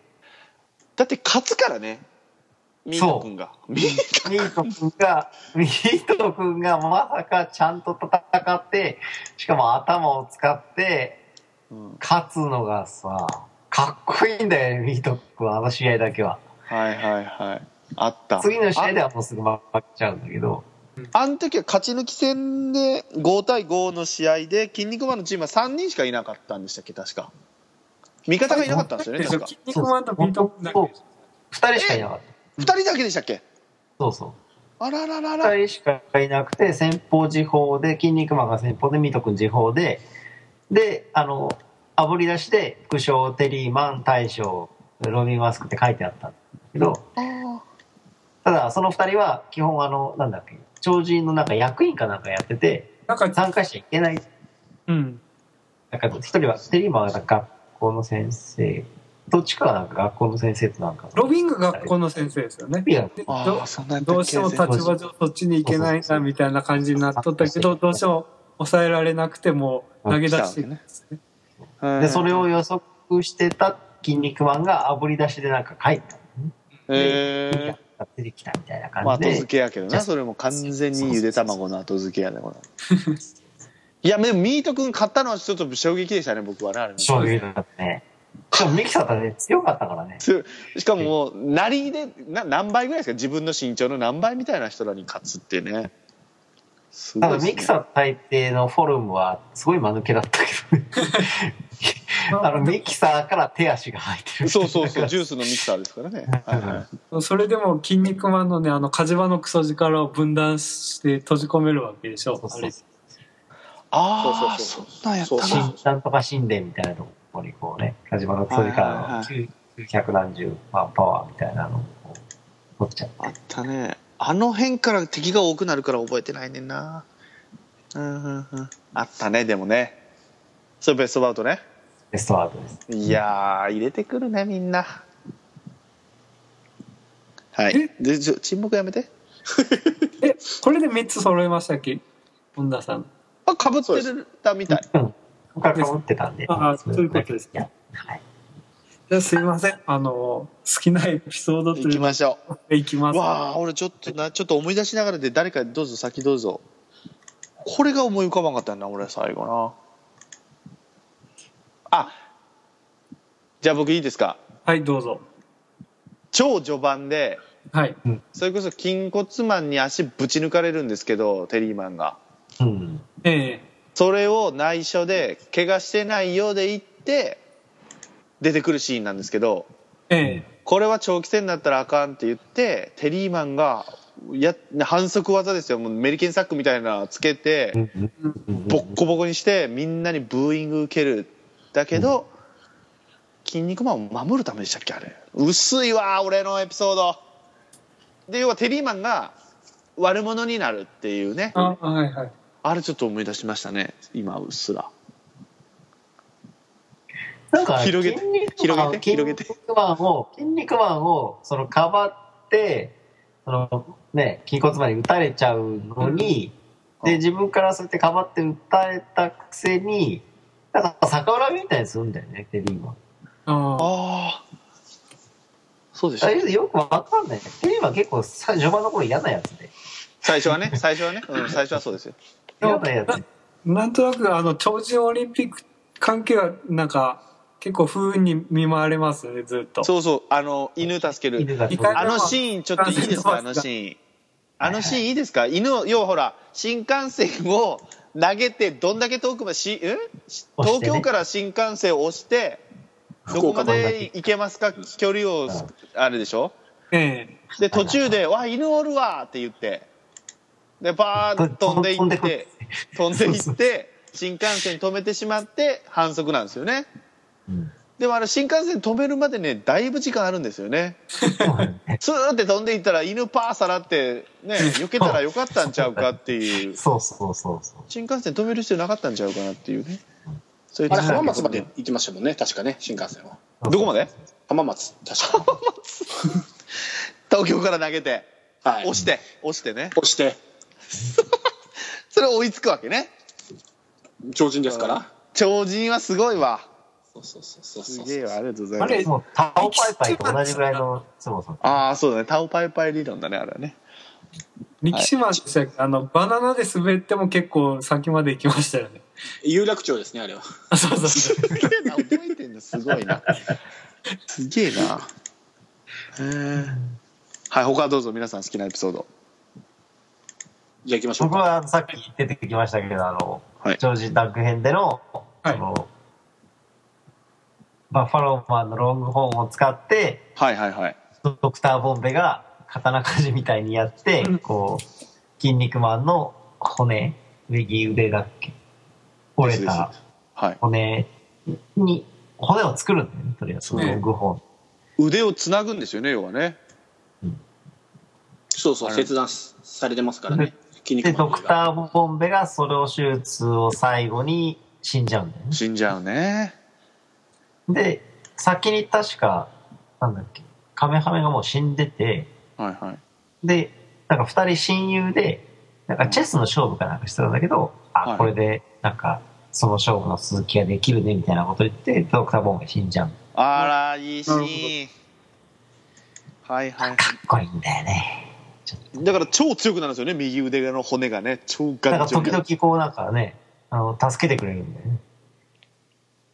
Speaker 1: だって勝つからねミート君がミー
Speaker 2: ミート君が、ミート君がまさかちゃんと戦って、しかも頭を使って、
Speaker 1: ト、うん、
Speaker 2: 勝つのがさかっこいいんだよねミート君はあの試合だけは
Speaker 1: はいはいはいあった
Speaker 2: 次の試合ではもうすぐ負けちゃうんだけど
Speaker 1: あの時は勝ち抜き戦で5対5の試合で筋肉マンのチームは3人しかいなかったんでしたっけ確か味方がいなかったんですよね確か
Speaker 3: 筋肉マンとミート君だけです。
Speaker 2: 2人しかいなかった
Speaker 1: 2人だけでしたっけ
Speaker 2: そうそ
Speaker 1: あららら
Speaker 2: う
Speaker 1: ら
Speaker 2: 2人しかいなくて先方時報で筋肉マンが先方でミート君時報でであのあぶり出しで副将テリーマン大将ロビン・マスクって書いてあったんだけど
Speaker 1: あ
Speaker 2: ただその2人は基本あのなんだっけ超人のなんか役員かなんかやってて
Speaker 3: なんか、
Speaker 2: 参加しちゃいけない
Speaker 3: うん。
Speaker 2: なんか一人は、テリーマンはなんか学校の先生、どっちかはなんか学校の先生となんか、
Speaker 3: ロビンが学校の先生ですよね。
Speaker 2: ビア
Speaker 3: で
Speaker 1: あ
Speaker 3: ど
Speaker 1: ーそんなんやったっけ
Speaker 3: どうしても立場上そっちに行けないなみたいな感じになっとったけど、どうしても抑えられなくても投げ出してるんですね。
Speaker 1: はい
Speaker 2: で、それを予測してた筋肉マンが炙り出しでなんか書いた。
Speaker 1: えー
Speaker 2: 出てきたみたいな
Speaker 1: まあ
Speaker 2: 感じ
Speaker 1: 後
Speaker 2: で
Speaker 1: 付、けやけど
Speaker 2: じゃ
Speaker 1: な
Speaker 2: あ
Speaker 1: それも完全にゆで卵の後付けやねこれいやでもミート君買ったのはちょっと衝撃でしたね僕はねあれね
Speaker 2: 衝撃だったね。しかもミキサーだね、強かったからね。
Speaker 1: 強いしかももうなりでな何倍ぐらいですか自分の身長の何倍みたいな人らに勝つってねすご
Speaker 2: た
Speaker 1: い
Speaker 2: だ
Speaker 1: ですね
Speaker 2: ミキサー大抵のフォルムはすごい間抜けだったけどね。あの、ミキサーから手足が入ってる。
Speaker 1: そうそうそうジュースのミキサーですからね、はいはい
Speaker 3: それでも「筋肉マン」のねあの火事場のクソ力を分断して閉じ込めるわけでしょ
Speaker 2: そうそう
Speaker 3: あれ
Speaker 1: ああそ
Speaker 4: そ
Speaker 1: う
Speaker 4: そうそうん
Speaker 1: なんやったな
Speaker 4: そう
Speaker 2: 新なんとか神殿みたいなところにこうね、カジマの通りから
Speaker 1: はい
Speaker 2: の百何十万パワーみたいなのをこう取っちゃう。
Speaker 1: あったねあの辺から敵が多くなるから覚えてないねんなうんうんうんあったねでもねそれベストバウトね
Speaker 2: ベストワードです。
Speaker 1: いやー入れてくるねみんなはいでちょ沈黙やめて
Speaker 3: えこれで3つ揃えましたっけ本田さん
Speaker 1: あかぶってたみたい
Speaker 2: 僕は被ってたんで。
Speaker 5: ああそういうことです
Speaker 2: いやはい。
Speaker 3: じゃあすいませんあの好きなエピソードと
Speaker 1: 行
Speaker 3: い
Speaker 1: き
Speaker 3: うの
Speaker 1: ましょう
Speaker 3: でいきます
Speaker 1: わあ俺ちょっとなちょっと思い出しながらで誰かどうぞ先どうぞこれが思い浮かばんかったんだ俺最後なあじゃあ僕いいですか
Speaker 3: はいどうぞ
Speaker 1: 超序盤で
Speaker 3: はい
Speaker 1: それこそ筋骨マンに足ぶち抜かれるんですけどテリーマンが
Speaker 2: うん。
Speaker 3: ええ
Speaker 1: それを内緒で怪我してないようで行って出てくるシーンなんですけど
Speaker 3: ええ
Speaker 1: これは長期戦になったらあかんって言ってテリーマンがや反則技ですよもうメリケンサックみたいなのつけて
Speaker 2: うんうんうん
Speaker 1: ボッコボコにしてみんなにブーイング受けるだけど「筋肉マン」を守るためでしたっけあれ薄いわ俺のエピソードで要はテリーマンが悪者になるっていうね
Speaker 3: あはいはい
Speaker 1: あれちょっと思い出しましたね今うっすら
Speaker 2: なんか、
Speaker 1: 広げて
Speaker 2: 筋肉マ
Speaker 1: 広
Speaker 2: ン
Speaker 1: げて広げて
Speaker 2: 筋肉マンを、筋肉マンを、その、かばって、その、ね、筋骨マンに打たれちゃうのに、
Speaker 1: うん
Speaker 2: で、自分からそうやってかばって打たれたくせに、なんか逆恨みみたいにするんだよね、テリーマン。
Speaker 3: あ
Speaker 1: ああそうでし
Speaker 2: あ
Speaker 1: た
Speaker 2: れよくわかんない。テリーマン結構さ、序盤の頃嫌なやつで。
Speaker 1: 最初はね最初はね、うん、最初はそう
Speaker 2: [laughs]
Speaker 1: ですよ
Speaker 2: 嫌なやつ。
Speaker 3: あなんとなくあの超人オリンピック関係はなんか結構不運に見舞われますねずっと
Speaker 1: そうそうあの犬助ける
Speaker 2: 犬が
Speaker 3: 二回目
Speaker 1: あのシーンちょっといいですかあのシーンあのシーンいいですか犬を要はほら新幹線を投げてどんだけ遠くまでし、んし
Speaker 2: 押
Speaker 1: 東
Speaker 2: してね
Speaker 1: 京から新幹線を押してどこまで行けますか距離を
Speaker 2: うん
Speaker 1: あれでしょ
Speaker 3: ええ
Speaker 1: で途中で「わ犬おるわ」って言ってでバーッと飛んでいって飛んでいって新幹線止めてしまって反則なんですよね
Speaker 2: うん
Speaker 1: でもあの新幹線止めるまでねだいぶ時間あるんですよね [laughs] スーって飛んでいったら犬パーさらってね避けたらよかったんちゃうかって [laughs] いう
Speaker 2: そうそうそうそう。
Speaker 1: 新幹線止める必要なかったんちゃうかなっていうねそういう
Speaker 4: あれ浜松まで行ってましたもんね確かね新幹線は
Speaker 1: どこまで
Speaker 4: 浜松確
Speaker 1: [laughs]
Speaker 4: か
Speaker 1: 東京から投げて
Speaker 4: はい
Speaker 1: 押して押してね
Speaker 4: 押して
Speaker 1: それ追いつくわけね
Speaker 4: 超人ですから
Speaker 1: 超人はすごいわ
Speaker 4: そうそうそうそう
Speaker 1: す
Speaker 4: そう
Speaker 1: げえわありがとうござい
Speaker 3: あ
Speaker 1: ます
Speaker 3: れ
Speaker 2: もうタオパイパイと同じぐらいの強さ。
Speaker 1: ああそうだねタオパイパイ理論だねあれはね
Speaker 3: 力士マンでしたっけあの、バナナで滑っても結構先まで行きましたよね。
Speaker 4: 有楽町ですねあれは
Speaker 3: あ、そうそうそう。
Speaker 1: すげえな覚えてんのすごい [laughs] なすげえなへえはい他どうぞ皆さん好きなエピソード
Speaker 4: じゃあ行きましょう
Speaker 2: 僕
Speaker 4: か
Speaker 2: はあのさっき出てきましたけど、あの、
Speaker 1: はい
Speaker 2: 超人タッグ編での、あの、バッファローマンのロングホーンを使って、
Speaker 1: はいはいはい
Speaker 2: ドクターボンベが刀鍛冶みたいにやって、こう、筋肉マンの骨、右腕だっけ折れた
Speaker 1: はい
Speaker 2: 骨に、骨を作るんだよね、とりあえず。
Speaker 1: そう
Speaker 2: ロングホーン。
Speaker 1: 腕をつなぐんですよね要はね
Speaker 4: そうそう
Speaker 1: あれ
Speaker 4: 切断されてますからね筋肉
Speaker 2: で、
Speaker 4: マ
Speaker 2: ド
Speaker 4: ンの
Speaker 2: ク
Speaker 4: 映画
Speaker 2: ターボンベがそれを手術を最後に死んじゃうんだよね。
Speaker 1: 死んじゃうね
Speaker 2: で、先に確か、なんだっけ、カメハメがもう死んでて、
Speaker 1: はいはい
Speaker 2: で、なんか二人親友で、なんかチェスの勝負かなんかしてたんだけど、
Speaker 1: はい
Speaker 2: あ、これで、なんか、その勝負の続きができるね、みたいなこと言って、ドクターボンが死んじゃう。
Speaker 1: あらいいシーンはいはい
Speaker 2: かっこいいんだよね。
Speaker 1: だから超強くなるんですよね右腕の骨がね超
Speaker 2: な
Speaker 1: ガ
Speaker 2: ん
Speaker 1: ッ
Speaker 2: か
Speaker 1: チョン
Speaker 2: 時々こうなんかね、あの、助けてくれるんだよね。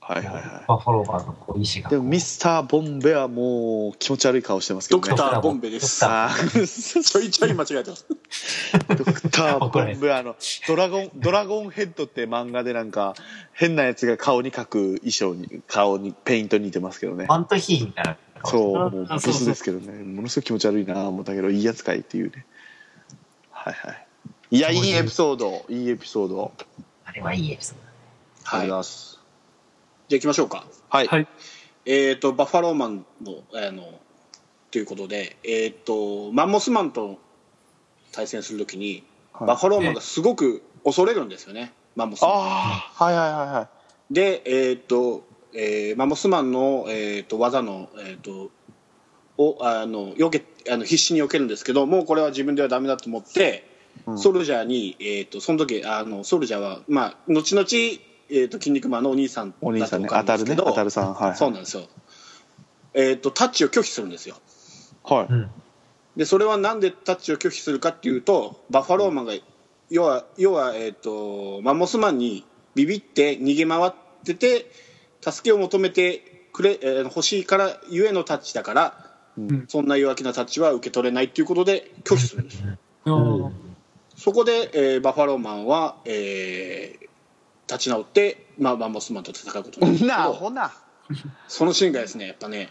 Speaker 1: はいはいは
Speaker 2: バッファローバーのこう意志が
Speaker 1: いでもミスターボンベはもう気持ち悪い顔してますけど
Speaker 4: ド
Speaker 1: ね
Speaker 4: クターボンベです
Speaker 2: ドク
Speaker 1: あー [laughs]
Speaker 4: ちょいちょい間違えてます
Speaker 1: ドクターボンブあのドラゴン「ドラゴンヘッド」って漫画でなんか変なやつが顔に描く衣装に顔にペイントに似てますけどね
Speaker 2: マントヒーみたいな。
Speaker 1: そうもう
Speaker 5: あ
Speaker 1: ブ
Speaker 5: そうそう
Speaker 1: スですけどねものすごい気持ち悪いな思ったけどいいやつかいっていうねはいはいいやいいエピソードいいエピソード
Speaker 2: あれはいいエピソード。
Speaker 1: あ
Speaker 4: は
Speaker 1: りがとうござ
Speaker 4: いじゃあ
Speaker 1: います
Speaker 4: 行きましょうか
Speaker 1: はい
Speaker 5: はい。
Speaker 4: えっとバッファローマンのあのということでえっとマンモスマンと対戦するときに
Speaker 1: はい
Speaker 4: バッファローマンがすごく恐れるんですよねマンモスマン
Speaker 1: ああはいはいはいはい
Speaker 4: で、えーっと、えーマンモスマンの、えーっと技の、えーっと、を、あの、避け、あの、必死に避けるんですけど、もうこれは自分ではダメだと思って、
Speaker 1: うん
Speaker 4: ソルジャーに、えーっと、その時、あの、ソルジャーは、まあ、後々、えーっと、筋肉マンのお兄さんだと
Speaker 1: お
Speaker 4: 分
Speaker 1: 兄さんね
Speaker 4: か
Speaker 1: 当
Speaker 4: るん
Speaker 1: たるね
Speaker 4: ですけど、
Speaker 1: 当たるさんはい
Speaker 4: そうなんですよ。えーっと、タッチを拒否するんですよ。
Speaker 1: はい
Speaker 2: うん。
Speaker 4: でそれはなんでタッチを拒否するかっていうとバッファローマンが要は要は、えー、とマンモスマンにビビって逃げ回ってて助けを求めてくれ、えー欲しいからゆえのタッチだから、
Speaker 1: うん
Speaker 4: そんな弱気なタッチは受け取れないっていうことで拒否するんです
Speaker 3: うん
Speaker 4: そこで、えーバッファローマンは、えー立ち直って、まあ、マンモスマンと戦うことになるんですけど
Speaker 1: なあほな
Speaker 4: そのシーンがですねやっぱね、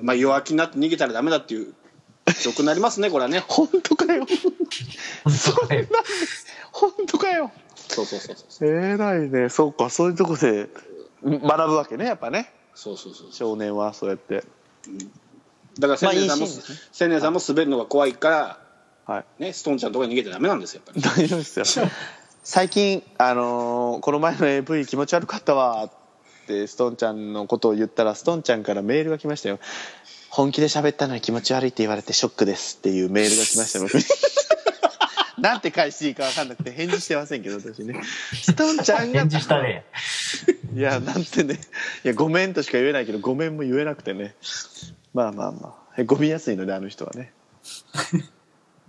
Speaker 4: まあ、弱気になって逃げたらダメだっていう記憶になりますねこれはね
Speaker 1: 本当かよ
Speaker 2: 本当だよ
Speaker 1: 本当かよ
Speaker 4: そうそうそうそう
Speaker 1: えらいねそうかそういうとこで学ぶわけねやっぱね
Speaker 4: そうそうそう
Speaker 1: 少年はそうやって
Speaker 4: だから千年さん
Speaker 1: まあい
Speaker 4: も、
Speaker 1: いシーンです
Speaker 4: 千年さんも滑るのが怖いから、
Speaker 1: はい
Speaker 4: ね、ストーンちゃんとかに逃げてダメなんですよやっぱり
Speaker 1: 大丈夫ですよ最近あのーこの前の AV 気持ち悪かったわ」ってストンちゃんのことを言ったらストンちゃんからメールが来ましたよ「本気で喋ったのに気持ち悪いって言われてショックです」っていうメールが来ましたよ僕になんて返していいか分かんなくて返事してませんけど私ねストンちゃんが
Speaker 2: 返事したね。
Speaker 1: いやなんてねいやごめんとしか言えないけどごめんも言えなくてねまあまあまあへごみやすいのであの人は [laughs] ね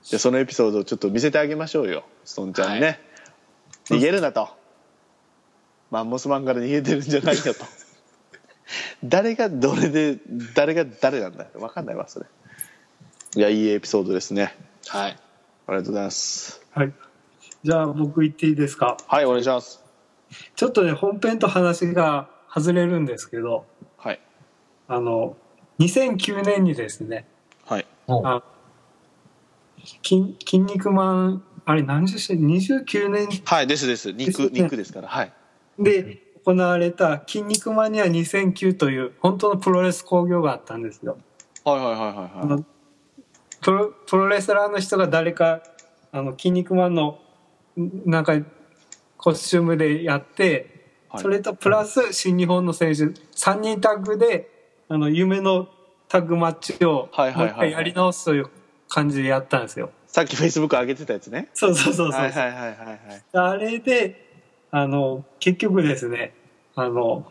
Speaker 1: じゃあそのエピソードをちょっと見せてあげましょうよストンちゃんにね、逃げるなとマンモスマンから逃げてるんじゃないよと誰がどれで誰が誰なんだ分かんないわそれいやいいエピソードですね
Speaker 4: はい
Speaker 1: ありがとうございます
Speaker 5: はい。じゃあ僕言っていいですか。
Speaker 1: はいお願いします
Speaker 5: ちょっとね、本編と話が外れるんですけど、
Speaker 1: はい
Speaker 5: あの、2009年にですね、
Speaker 1: はい
Speaker 5: あ筋筋肉マン、あれ何十周年 ?29 年
Speaker 1: はいですです肉
Speaker 5: ですね
Speaker 1: 肉ですからはい
Speaker 5: で、
Speaker 3: 行われた「筋肉マニア2009」という本当のプロレス興行があったんですよ。
Speaker 1: はいはいはいはいはい
Speaker 3: プロプロレスラーの人が誰か「あの筋肉マンの」なんかコスチュームでやって、
Speaker 1: はい
Speaker 3: それとプラス新日本の選手3人タッグであの夢のタッグマッチをも
Speaker 1: は
Speaker 3: う
Speaker 1: いはいはいはい
Speaker 3: 一回やり直すという感じでやったんですよ。
Speaker 1: さっきフェイスブック上げてたやつね
Speaker 3: そうそうそうそう、
Speaker 1: はいはいはいはいはい
Speaker 3: あれで、あの、結局ですね、あの、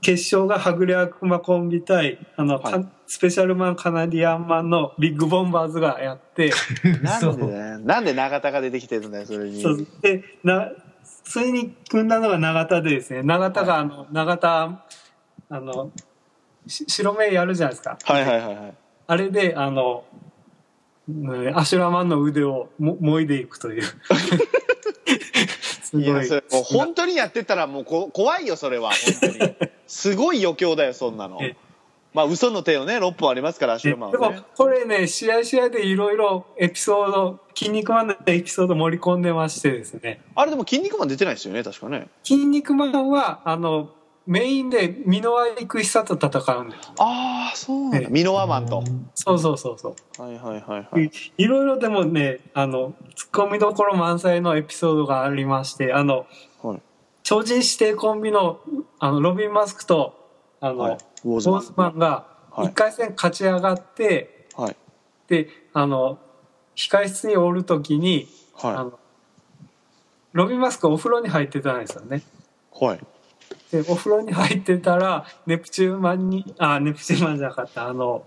Speaker 3: 決勝がはぐれ悪魔コンビ対、あの、
Speaker 1: はい
Speaker 3: かスペシャルマンカナディアンマンのビッグボンバーズがやって、 [laughs]
Speaker 1: なんでねなんで永田が出てきてるんだよそれに
Speaker 3: そうで、な、それに組んだのが永田でですね、永田が、あの、永田、あの、し白目やるじゃないですか。
Speaker 1: はいはいはいはい
Speaker 3: あれで、あの、うんアシュラマンの腕をも、もいでいく
Speaker 1: [laughs]
Speaker 3: という。す
Speaker 1: い
Speaker 3: ご
Speaker 1: や
Speaker 3: い。
Speaker 1: それもう本当にやってたらもうこ [laughs] 怖いよそれは本当にすごい余興だよそんなの
Speaker 3: え
Speaker 1: まあ嘘の手をね6本ありますからアシュ
Speaker 3: で
Speaker 1: ラマンは
Speaker 3: も
Speaker 1: ね
Speaker 3: これね試合試合でいろいろエピソード「筋肉マン」のエピソード盛り込んでましてですね
Speaker 1: あれでも「筋肉マン」出てないですよね確かね
Speaker 3: 「筋肉マンは」あのメインで箕輪育久と戦うんです
Speaker 1: ああそうなん
Speaker 3: え
Speaker 1: だ
Speaker 3: え
Speaker 1: ミノワマンと
Speaker 3: そうそうそうそう
Speaker 1: はいはいはいはい
Speaker 3: いいろいろでもねあのツッコミどころ満載のエピソードがありましてあの
Speaker 1: はい
Speaker 3: 超人指定コンビのあのロビン・マスクとあの、
Speaker 1: はいウォー
Speaker 3: ボ
Speaker 1: ズマン
Speaker 3: ーズマンが
Speaker 1: はい
Speaker 3: 1回戦勝ち上がって、
Speaker 1: はい
Speaker 3: であの控室におるときにあ
Speaker 1: は
Speaker 3: のロビン・マスクお風呂に入ってたんですよね
Speaker 1: いはい
Speaker 3: でお風呂に入ってたらネプチューンマンにあネプチューンマンじゃなかったあの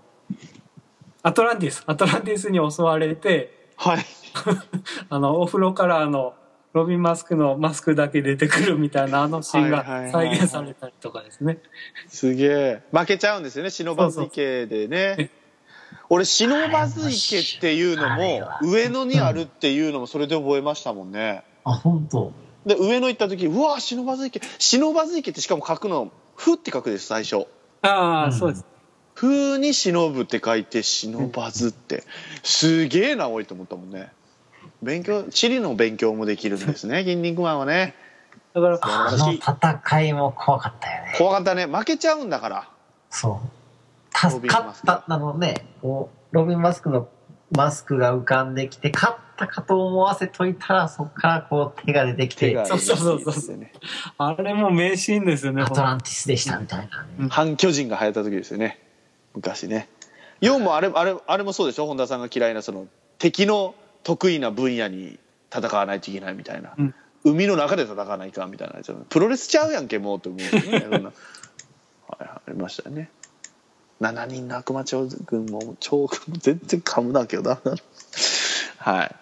Speaker 3: アトランティスアトランティスに襲われて
Speaker 1: はい
Speaker 3: あのお風呂からあのロビン・マスクのマスクだけ出てくるみたいなあのシー
Speaker 1: は
Speaker 3: ン
Speaker 1: いはい
Speaker 3: が
Speaker 1: はい
Speaker 3: 再
Speaker 1: はい
Speaker 3: 現されたりとかですね
Speaker 1: すげえ負けちゃうんですよねシノバズ池でね俺シノバズ池っていうの
Speaker 2: あれ
Speaker 1: も
Speaker 2: は
Speaker 1: 上野にあるっていうのもそれで覚えましたもんね
Speaker 2: あ、本当。
Speaker 1: で上野行った時うわ忍ばず池忍ばず池ってしかも書くの「ふ」って書くです最初
Speaker 3: ああ、
Speaker 2: うん
Speaker 3: そうです
Speaker 1: 「ふ」に忍ぶって書いて忍ばずってすげえな多いと思ったもんね勉強地理の勉強もできるんですね筋肉マンはね
Speaker 3: だから
Speaker 2: あ
Speaker 1: 素
Speaker 2: の
Speaker 1: 晴
Speaker 2: 戦いも怖かったよね。
Speaker 1: 怖かったね負けちゃうんだから
Speaker 2: そう。た
Speaker 1: ロ
Speaker 2: 勝
Speaker 1: ビンマ
Speaker 2: っ
Speaker 1: スク
Speaker 2: た、あのね、こう、ロビン・マスクのマスクが浮かんできて、勝ったかと思わせといたら、そこからこう手が出てき
Speaker 1: 手
Speaker 2: て
Speaker 1: が、
Speaker 3: そうそうそうそう
Speaker 1: ね
Speaker 3: あれも名シーンですよね
Speaker 2: アトランティスでしたみたいなね。
Speaker 1: 反巨人が流行った時ですよね昔ね4もあれあれあれもそうでしょ本田さんが嫌いなその敵の得意な分野に戦わないといけないみたいな、
Speaker 3: うん
Speaker 1: 海の中で戦わないかんみたいなやつプロレスちゃうやんけもうと思うよねそんなはいありましたよね7人の悪魔将軍も超全然噛むなけどなはい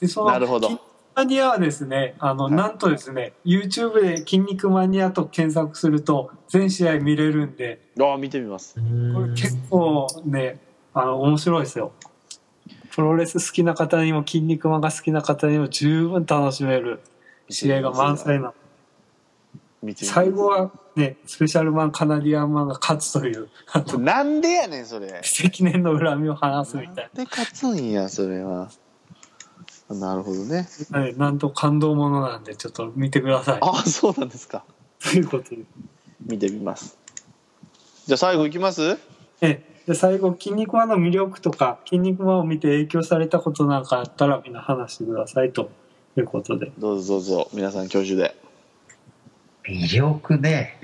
Speaker 3: でその
Speaker 1: なるほど
Speaker 3: 筋肉マニアはですね、あの、
Speaker 1: はい
Speaker 3: なんとですね、YouTube で筋肉マニアと検索すると、全試合見れるんで、
Speaker 1: ああ見てみます
Speaker 2: う
Speaker 3: これ
Speaker 2: ん
Speaker 3: 結構ね、あの、面白いですよ。プロレス好きな方にも、筋肉マンが好きな方にも十分楽しめる試合が満載な。
Speaker 1: 見てみます
Speaker 3: 最後はね、スペシャルマン、カナディアンマンが勝つという、あの、
Speaker 1: なんでやねんそれ
Speaker 3: 積年の恨みを話すみたい
Speaker 1: で勝つんやそれはなるほどね
Speaker 3: な。はいなんと感動ものなんで、ちょっと見てください。
Speaker 1: あそうなんですか
Speaker 3: ということで。
Speaker 1: 見てみますじゃあ最後いきます
Speaker 3: ええで最後「筋肉マン」の魅力とか「筋肉マン」を見て影響されたことなんかあったらみんな話してくださいということで
Speaker 1: どうぞどうぞ皆さん挙手で
Speaker 2: 魅力ね。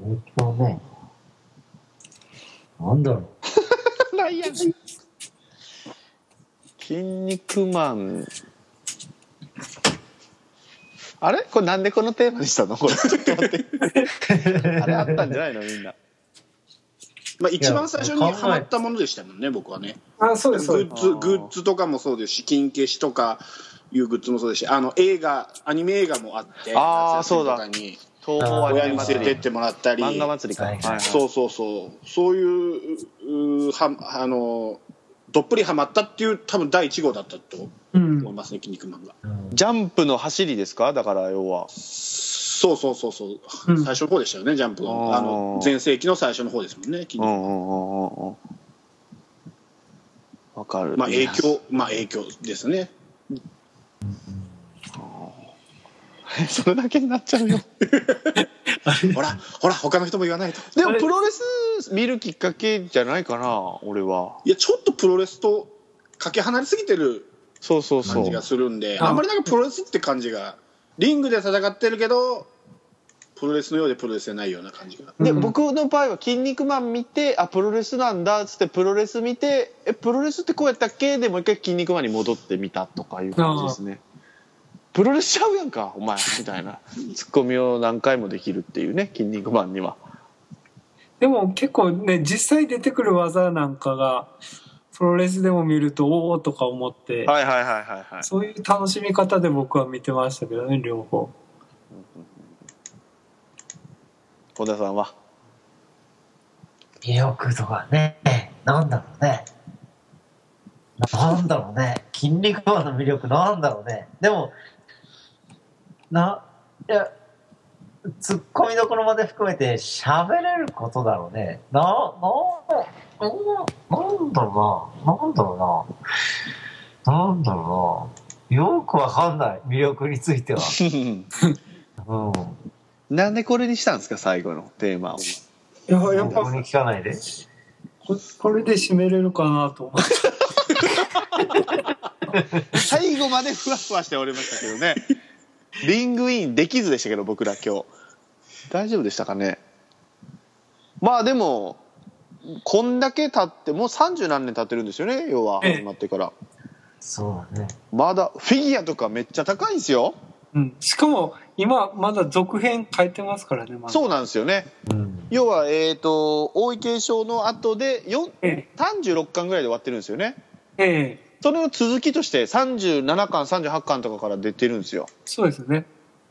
Speaker 2: 魅力ね。なんだろう。
Speaker 1: なんやねん筋肉マンあれこれなんでこのテーマにしたのこれちょっと待ってあれあったんじゃないのみんな
Speaker 4: まあ、一番最初にハマったものでしたもんね、僕はね。
Speaker 3: あそう
Speaker 4: グ
Speaker 3: そう
Speaker 4: ッズ、グッズとかもそうですし、金消しとかいうグッズもそうですし、あの、映画、アニメ映画もあって、
Speaker 1: あー
Speaker 4: 夏休みとかに
Speaker 1: 東宝アニ
Speaker 4: 親
Speaker 1: メ
Speaker 4: に連
Speaker 1: 祭
Speaker 4: れ
Speaker 1: り
Speaker 4: てってもらったり、
Speaker 1: 漫画祭りか、
Speaker 2: はいはい
Speaker 4: そうそうそう、そういう、うは、あの、どっぷりハマったっていう、多分第1号だったと
Speaker 3: うん
Speaker 4: 思いますね、筋肉マンが。
Speaker 2: うん
Speaker 1: ジャンプの走りですかだから要は
Speaker 4: そうそうそうそう、
Speaker 3: うん
Speaker 4: 最初の方でしたよね、ジャンプ
Speaker 1: あー
Speaker 4: の。あの、全盛期の最初の方ですもんね、筋肉
Speaker 1: うんうんうんうんうんわかる
Speaker 4: ま
Speaker 3: [laughs]
Speaker 4: あ影響、まあ影響ですね。
Speaker 1: それだけになっちゃうよ。
Speaker 4: ほら、ほら、他の人も言わないと。
Speaker 1: でもプロレス見るきっかけじゃないかな、俺は。
Speaker 4: いや、ちょっとプロレスとかけ離れすぎてる
Speaker 1: そうそうそ
Speaker 4: 感じが
Speaker 1: う。
Speaker 4: するんで、
Speaker 3: そう
Speaker 4: あんまりなんかプロレスって感じが、リングで戦ってるけど、プロレスのようでプロレスじゃないような感じが。
Speaker 1: で、
Speaker 3: うん
Speaker 1: 僕の場合は「筋肉マン」見てあプロレスなんだっつってプロレス見てえプロレスってこうやったっけでもう一回「筋肉マン」に戻ってみたとかいう感じですねプロレスちゃうやんかお前みたいなツッコミを何回もできるっていうね「筋肉マン」には
Speaker 3: でも結構ね実際出てくる技なんかがプロレスでも見るとおおとか思って、
Speaker 1: はいはいはいはいはい
Speaker 3: そういう楽しみ方で僕は見てましたけどね両方
Speaker 1: 本田さんは
Speaker 2: 魅力とかね、なんだろうね。なんだろうね。筋肉マンの魅力なんだろうね。でも、な、いや、ツッコミどころまで含めて喋れることだろうね。な、な、ななんだろうな。なんだろうな。なんだろうな。よくわかんない。魅力については。うん。
Speaker 1: なんでこれにしたんですか最後のテーマを
Speaker 3: いややっぱ
Speaker 2: 僕に聞かないで。
Speaker 3: ここれで締めれるかなと思って
Speaker 1: 最後までふわふわしておりましたけどねリングインできずでしたけど僕ら今日大丈夫でしたかねまあでもこんだけ経ってもう三十何年経ってるんですよね要は
Speaker 3: ええ
Speaker 1: 始まってから
Speaker 2: そうだね。
Speaker 1: まだフィギュアとかめっちゃ高いんですよ
Speaker 3: うん、しかも今まだ続編書いてますからねまだ
Speaker 1: そうなんですよね
Speaker 2: うん。
Speaker 1: 要はえっ、と大井継承の後でよん
Speaker 3: え
Speaker 1: 36巻ぐらいで終わってるんですよね
Speaker 3: えええ
Speaker 1: それの続きとして37巻38巻とかから出てるんですよ
Speaker 3: そうですね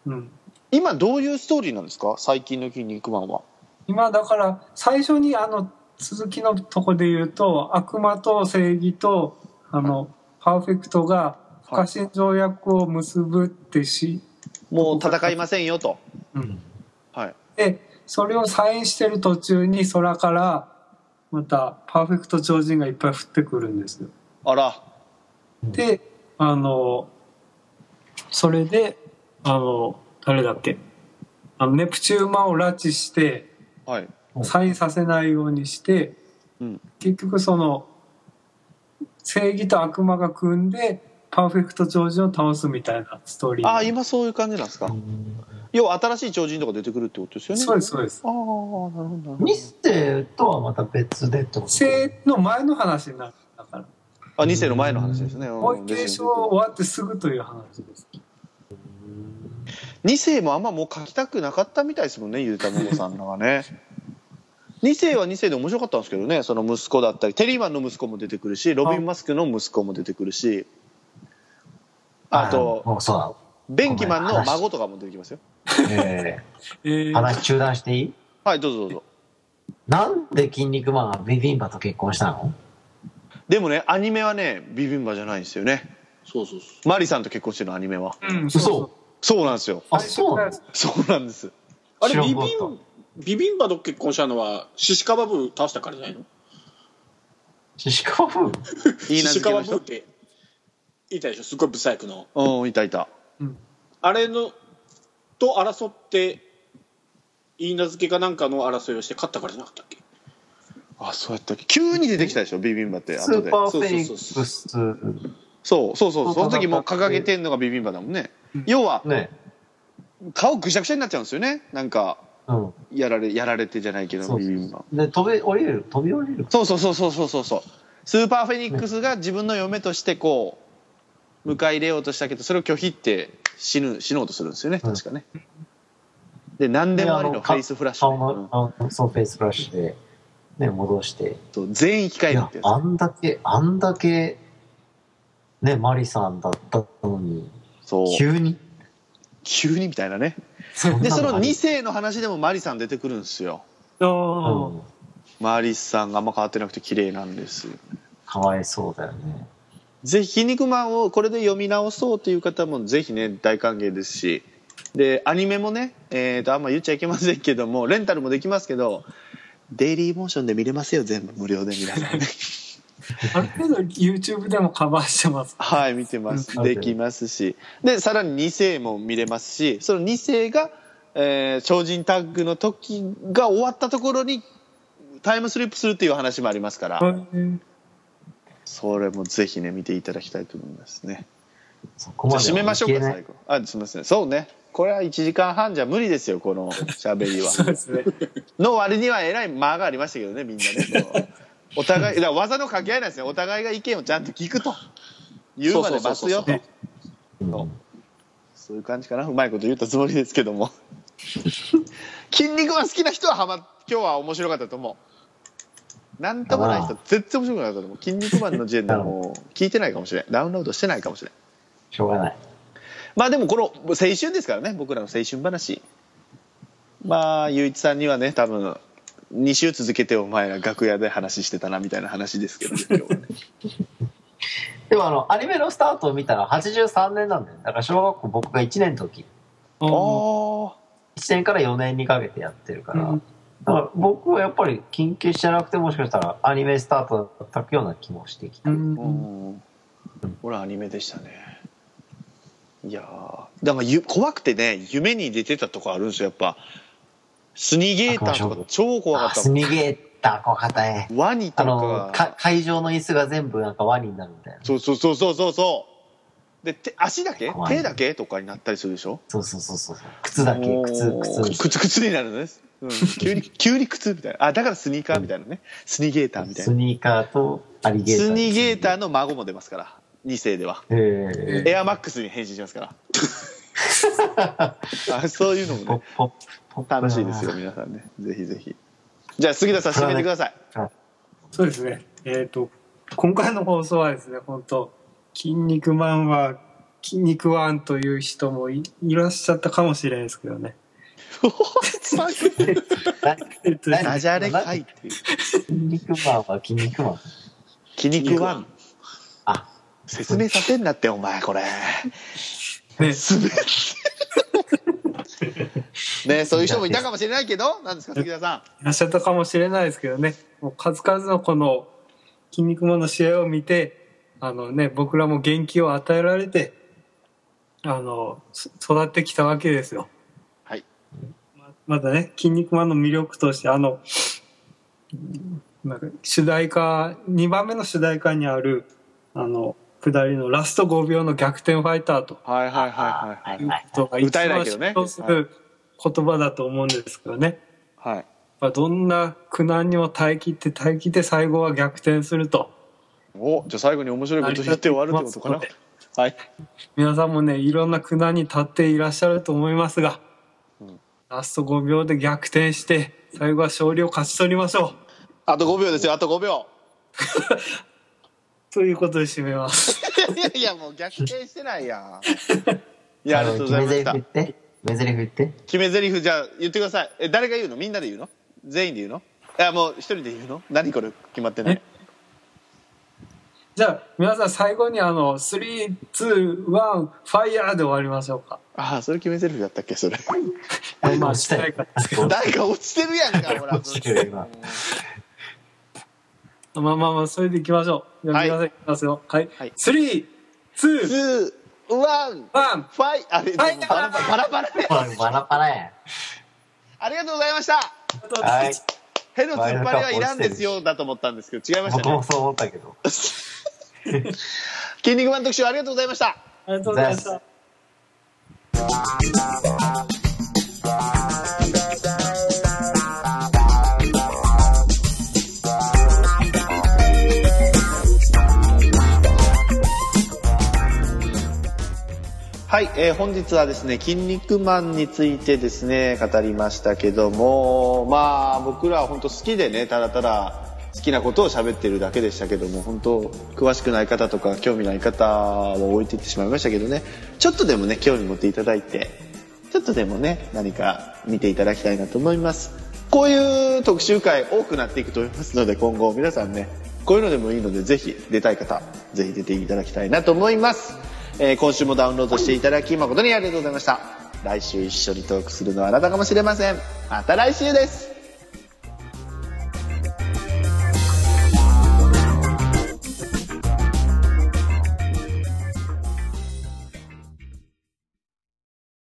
Speaker 3: うん
Speaker 1: 今どういうストーリーなんですか最近の「筋肉マン」は
Speaker 3: 今だから最初にあの続きのとこで言うと悪魔と正義とあのパーフェクトが不可侵条約を結ぶってし、
Speaker 1: もう戦いませんよと。
Speaker 3: うん、
Speaker 1: はい。
Speaker 3: でそれをサインしてる途中に空からまたパーフェクト超人がいっぱい降ってくるんですよ
Speaker 1: あら。
Speaker 3: であのそれであの誰だっけあのネプチューマンを拉致して
Speaker 1: はい。
Speaker 3: サインさせないようにして、
Speaker 1: うん
Speaker 3: 結局その正義と悪魔が組んでパーフェクト超人を倒すみたいなストーリー
Speaker 1: ああ、今そういう感じなんですか。要は新しい超人とか出てくるってことですよね。。
Speaker 3: そうですすそうです
Speaker 1: ああ、なるほどなるほど。
Speaker 2: ミステとはまた別でってこと
Speaker 3: 正の前の話になるだから
Speaker 1: あ、二世の前の話ですね。
Speaker 3: も
Speaker 1: う
Speaker 3: うん継
Speaker 1: です
Speaker 3: 承
Speaker 1: よ
Speaker 3: 終わってすぐという話です
Speaker 1: 二世もあんまもう書きたくなかったみたいですもんね、ゆでたまごさんらがね。二世は二世で面白かったんですけどね、その息子だったり、テリーマンの息子も出てくるし、ロビン・マスクの息子も出てくるし、あと、
Speaker 2: もうそうだ
Speaker 1: ベンキマンの孫とかも出てきますよ。
Speaker 2: え
Speaker 3: え
Speaker 1: [laughs]
Speaker 2: ー
Speaker 3: ー、
Speaker 2: 話中断していい
Speaker 1: はい、どうぞどうぞ。
Speaker 2: なんで筋肉マンはビビンバと結婚したの
Speaker 1: でもね、アニメはね、ビビンバじゃないんですよね。
Speaker 4: そうそうそ
Speaker 1: マリさんと結婚してるのアニメは
Speaker 3: うん
Speaker 2: 嘘
Speaker 3: そう
Speaker 1: そうなんですよ
Speaker 2: あ、そうなの
Speaker 1: そうなんです
Speaker 4: う。あれ、
Speaker 2: 知ら
Speaker 4: ビ
Speaker 2: ん
Speaker 4: ビ
Speaker 2: かった
Speaker 4: ン、ビビンバと結婚したのは、シシカバブー倒したからじゃないの
Speaker 2: シカフ
Speaker 1: いい
Speaker 4: シ
Speaker 1: な
Speaker 4: シ
Speaker 1: ず
Speaker 4: カ
Speaker 1: け
Speaker 4: バ
Speaker 1: の
Speaker 4: ブーっ
Speaker 1: 人
Speaker 4: て、いたでしょすごいブサイクの。
Speaker 1: うんいたいた
Speaker 3: うん
Speaker 4: あれの、と争って、いいなずけかなんかの争いをして勝ったからじゃなかったっけ
Speaker 1: あそうやったっけ急に出てきたでしょビビンバって
Speaker 2: ス
Speaker 1: 後
Speaker 2: ー
Speaker 1: で
Speaker 2: パーフ
Speaker 4: そう
Speaker 2: ェ
Speaker 4: そう
Speaker 2: ニッ
Speaker 4: そう
Speaker 1: そ
Speaker 2: クスね
Speaker 4: そう
Speaker 1: うそうそうその時もう掲げてんのがビビンバだもんね
Speaker 3: うん
Speaker 1: 要は
Speaker 2: ね
Speaker 1: 顔ぐしゃぐしゃになっちゃうんですよねなんか
Speaker 2: うん
Speaker 1: やられやられてじゃないけ
Speaker 2: そ
Speaker 1: ど
Speaker 2: う
Speaker 1: ビ
Speaker 2: そう
Speaker 1: ビンバ
Speaker 2: で飛び降りる飛び降りる
Speaker 1: そうそうそうそうそうそうそうスーパーフェニックスが自分の嫁としてこう迎え入れようとしたけどそれを拒否って死ぬ死のうとするんですよね確かねで何でもありのフェイスフラッシュね
Speaker 2: 顔
Speaker 1: うん
Speaker 2: の顔のそうフェイスフラッシュでね戻して
Speaker 1: そう全員生き
Speaker 2: い
Speaker 1: 返る
Speaker 2: や
Speaker 1: ってやつ
Speaker 2: あんだけあんだけねマリさんだったのに
Speaker 1: そう
Speaker 2: 急に
Speaker 1: 急にみたいなね
Speaker 2: ん
Speaker 1: で
Speaker 2: な
Speaker 1: そ
Speaker 2: の
Speaker 1: の
Speaker 2: あり
Speaker 1: 2世の話でもマリさん出てくるんですよ
Speaker 3: あ
Speaker 2: うん
Speaker 1: マリさんがあんま変わってなくて綺麗なんですよ
Speaker 2: かわいそうだよね
Speaker 1: ぜひ「筋肉マン」をこれで読み直そうという方もぜひね大歓迎ですしでアニメもね、えー、とあんま言っちゃいけませんけどもレ
Speaker 2: [laughs]
Speaker 1: ンタルもできますけどデイリーモーションで見れますよ全部無料で皆さんね
Speaker 3: ある程度 YouTube でもカバーしてます。
Speaker 1: はい、見てます。
Speaker 2: うん
Speaker 1: できますし。で、さらに2世も見れますし、その2世が、えー超人タッグの時が終わったところにタイムスリップするっていう話もありますから、それもぜひね、見ていただきたいと思いますね。
Speaker 2: そこ
Speaker 1: じ
Speaker 2: ま
Speaker 1: ゃあ
Speaker 2: で
Speaker 1: 締めましょうか、
Speaker 2: いけな
Speaker 1: 最
Speaker 2: い
Speaker 1: 後。あ、すみません。そうね。これは1時間半じゃ無理ですよ、この喋
Speaker 2: [laughs]
Speaker 1: りは。
Speaker 3: そうですね。
Speaker 1: の割にはえらい間がありましたけどねみんなねこ
Speaker 2: [laughs]
Speaker 1: うお互いだから技の掛け合いなんですねお互いが意見をちゃんと聞くと言うまで待つよとそういう感じかなうまいこと言ったつもりですけども [laughs] 筋肉が好きな人はハマ今日は面白かったと思うなんともない人絶対面白くなかったと思う筋肉マンの時点でもう聞いてないかもしれんダウンロードしてないかもしれん
Speaker 2: しょうがない。
Speaker 1: まあでもこの青春ですからね僕らの青春話まあ雄一さんにはね多分2週続けてお前ら楽屋で話してたなみたいな話です
Speaker 2: [laughs]
Speaker 1: けどね今日はね
Speaker 2: でもあの、アニメのスタートを見たら83年なんだよ。だから小学校僕が1年の時、
Speaker 1: [laughs] あ
Speaker 3: あ
Speaker 2: 1年から4年にかけてやってるから、
Speaker 3: うん
Speaker 2: だから僕はやっぱり緊急じゃなくてもしかしたらアニメスタートだったような気もしてきた。
Speaker 3: う
Speaker 1: あ
Speaker 3: ん
Speaker 1: うんほらアニメでしたねいやーだからゆ怖くてね夢に出てたとこあるんですよやっぱスニゲーターとか超怖か
Speaker 2: あ、
Speaker 1: った
Speaker 2: す
Speaker 1: もん
Speaker 2: みげーった、怖かったね。
Speaker 1: ワニと
Speaker 2: あの、
Speaker 1: か
Speaker 2: か会場の椅子が全部なんかワニになるみたいな。
Speaker 1: そうそうそうそうそうそうで手足だけ
Speaker 2: 怖い
Speaker 1: 手だけとかになったりするでしょ
Speaker 2: そうそうそうそう。靴だけ、靴、靴。
Speaker 1: 靴靴になるのね、うん、急に急に靴みたいなあだからスニーカーみたいなねスニーゲーターみたい
Speaker 2: ス
Speaker 1: な
Speaker 2: ニーカーとアリゲーター。
Speaker 1: スニーゲーターの孫も出ますから2世では
Speaker 2: ええ
Speaker 1: エアマックスに変身しますから
Speaker 2: [laughs]
Speaker 1: あそういうの
Speaker 2: ポ
Speaker 1: も
Speaker 2: ッ
Speaker 1: ね
Speaker 2: ポッポップだな
Speaker 1: 楽しい
Speaker 2: [laughs]
Speaker 1: ですよ。皆さんねぜひぜひじゃあ杉田さん締めてください
Speaker 5: そうですね。えっ、と、今回の放送はですね、本当筋肉マンは、筋肉ワンという人もいいらっしゃったかもしれないですけどね。えっとですね
Speaker 1: ダジャレかいっていう
Speaker 2: 筋肉マンは筋肉マン。
Speaker 1: 筋肉ワン
Speaker 2: あ、
Speaker 1: 説明させんなってお前 [laughs] これ
Speaker 3: ね
Speaker 1: 滑って [laughs] ねそういう人もいたかもしれないけどなんですか杉田さん
Speaker 3: いらっしゃったかもしれないですけどね、もう数々のこの筋肉マンの試合を見て、あのね、僕らも元気を与えられて、あの、そ育ってきたわけですよ。
Speaker 1: はい。
Speaker 3: まだね、筋肉マンの魅力として、あの、なんか主題歌、2番目の主題歌にある、あの、下りのラスト5秒の逆転ファイターと
Speaker 1: はいはいはいはい
Speaker 3: いう
Speaker 1: は
Speaker 3: ことが
Speaker 1: 歌えないけどね
Speaker 3: 一番象徴する言葉だと思うんですけどね。
Speaker 1: い。はい。
Speaker 3: まあ、どんな苦難にも耐え切って耐え切って最後は逆転すると
Speaker 1: お、じゃあ最後に面白いこと言って終わるってことかな。 [laughs] はい。
Speaker 3: 皆さんもねいろんな苦難に立っていらっしゃると思いますが、
Speaker 1: ん
Speaker 3: ラスト5秒で逆転して最後は勝利を勝ち取りましょう
Speaker 1: あと5秒ですよ、あと5秒。
Speaker 3: ということで締めます。 [laughs]
Speaker 1: いやいや、もう逆転してないやん。いや、ありがとうございました
Speaker 2: 決。め台詞言って。決め台詞言って。
Speaker 1: 決め台詞じゃあ言ってください。え、誰が言うのみんなで言うの全員で言うのいや、もう一人で言うの何これ決まってない。
Speaker 3: じゃあ皆さん最後にあの321ファイヤーで終わりましょうか。
Speaker 1: ああ、それ決め台詞だったっけそれ。
Speaker 2: あ
Speaker 3: まあ
Speaker 2: 落ちたよ
Speaker 3: 主題歌ですけど
Speaker 1: 誰か落ちてるやんか、ほら。
Speaker 2: 落ちてる今
Speaker 3: まあまあまあそれでいきましょう。じゃあ
Speaker 1: はい
Speaker 3: 皆さんいきますよ。はい。
Speaker 1: はい
Speaker 3: 321
Speaker 1: ツー、ワン、フ
Speaker 3: ワン
Speaker 1: ァイ、あれ、バラバラバラで。
Speaker 2: ほらバラバラや。
Speaker 1: ありがとうございました。
Speaker 2: はい。
Speaker 1: ヘの突っ張りはいらんですよ、だと思ったんですけど、違いました
Speaker 2: 僕
Speaker 1: ね。
Speaker 2: もそう思ったけど。
Speaker 1: 筋肉マン特集ありがとうございました。
Speaker 3: ありがとうございまし
Speaker 2: ありがとうござい
Speaker 3: た
Speaker 2: ま。
Speaker 1: はい、えー本日はですね「筋肉マン」についてですね語りましたけどもまあ僕らは本当好きでねただただ好きなことを喋ってるだけでしたけども本当詳しくない方とか興味ない方は置いていってしまいましたけどねちょっとでもね興味持っていただいてちょっとでもね何か見ていただきたいなと思いますこういう特集会多くなっていくと思いますので今後皆さんねこういうのでもいいのでぜひ出たい方ぜひ出ていただきたいなと思います、えー今週もダウンロードしていただき誠にありがとうございました来週一緒にトークするのはあなたかもしれませんまた来週です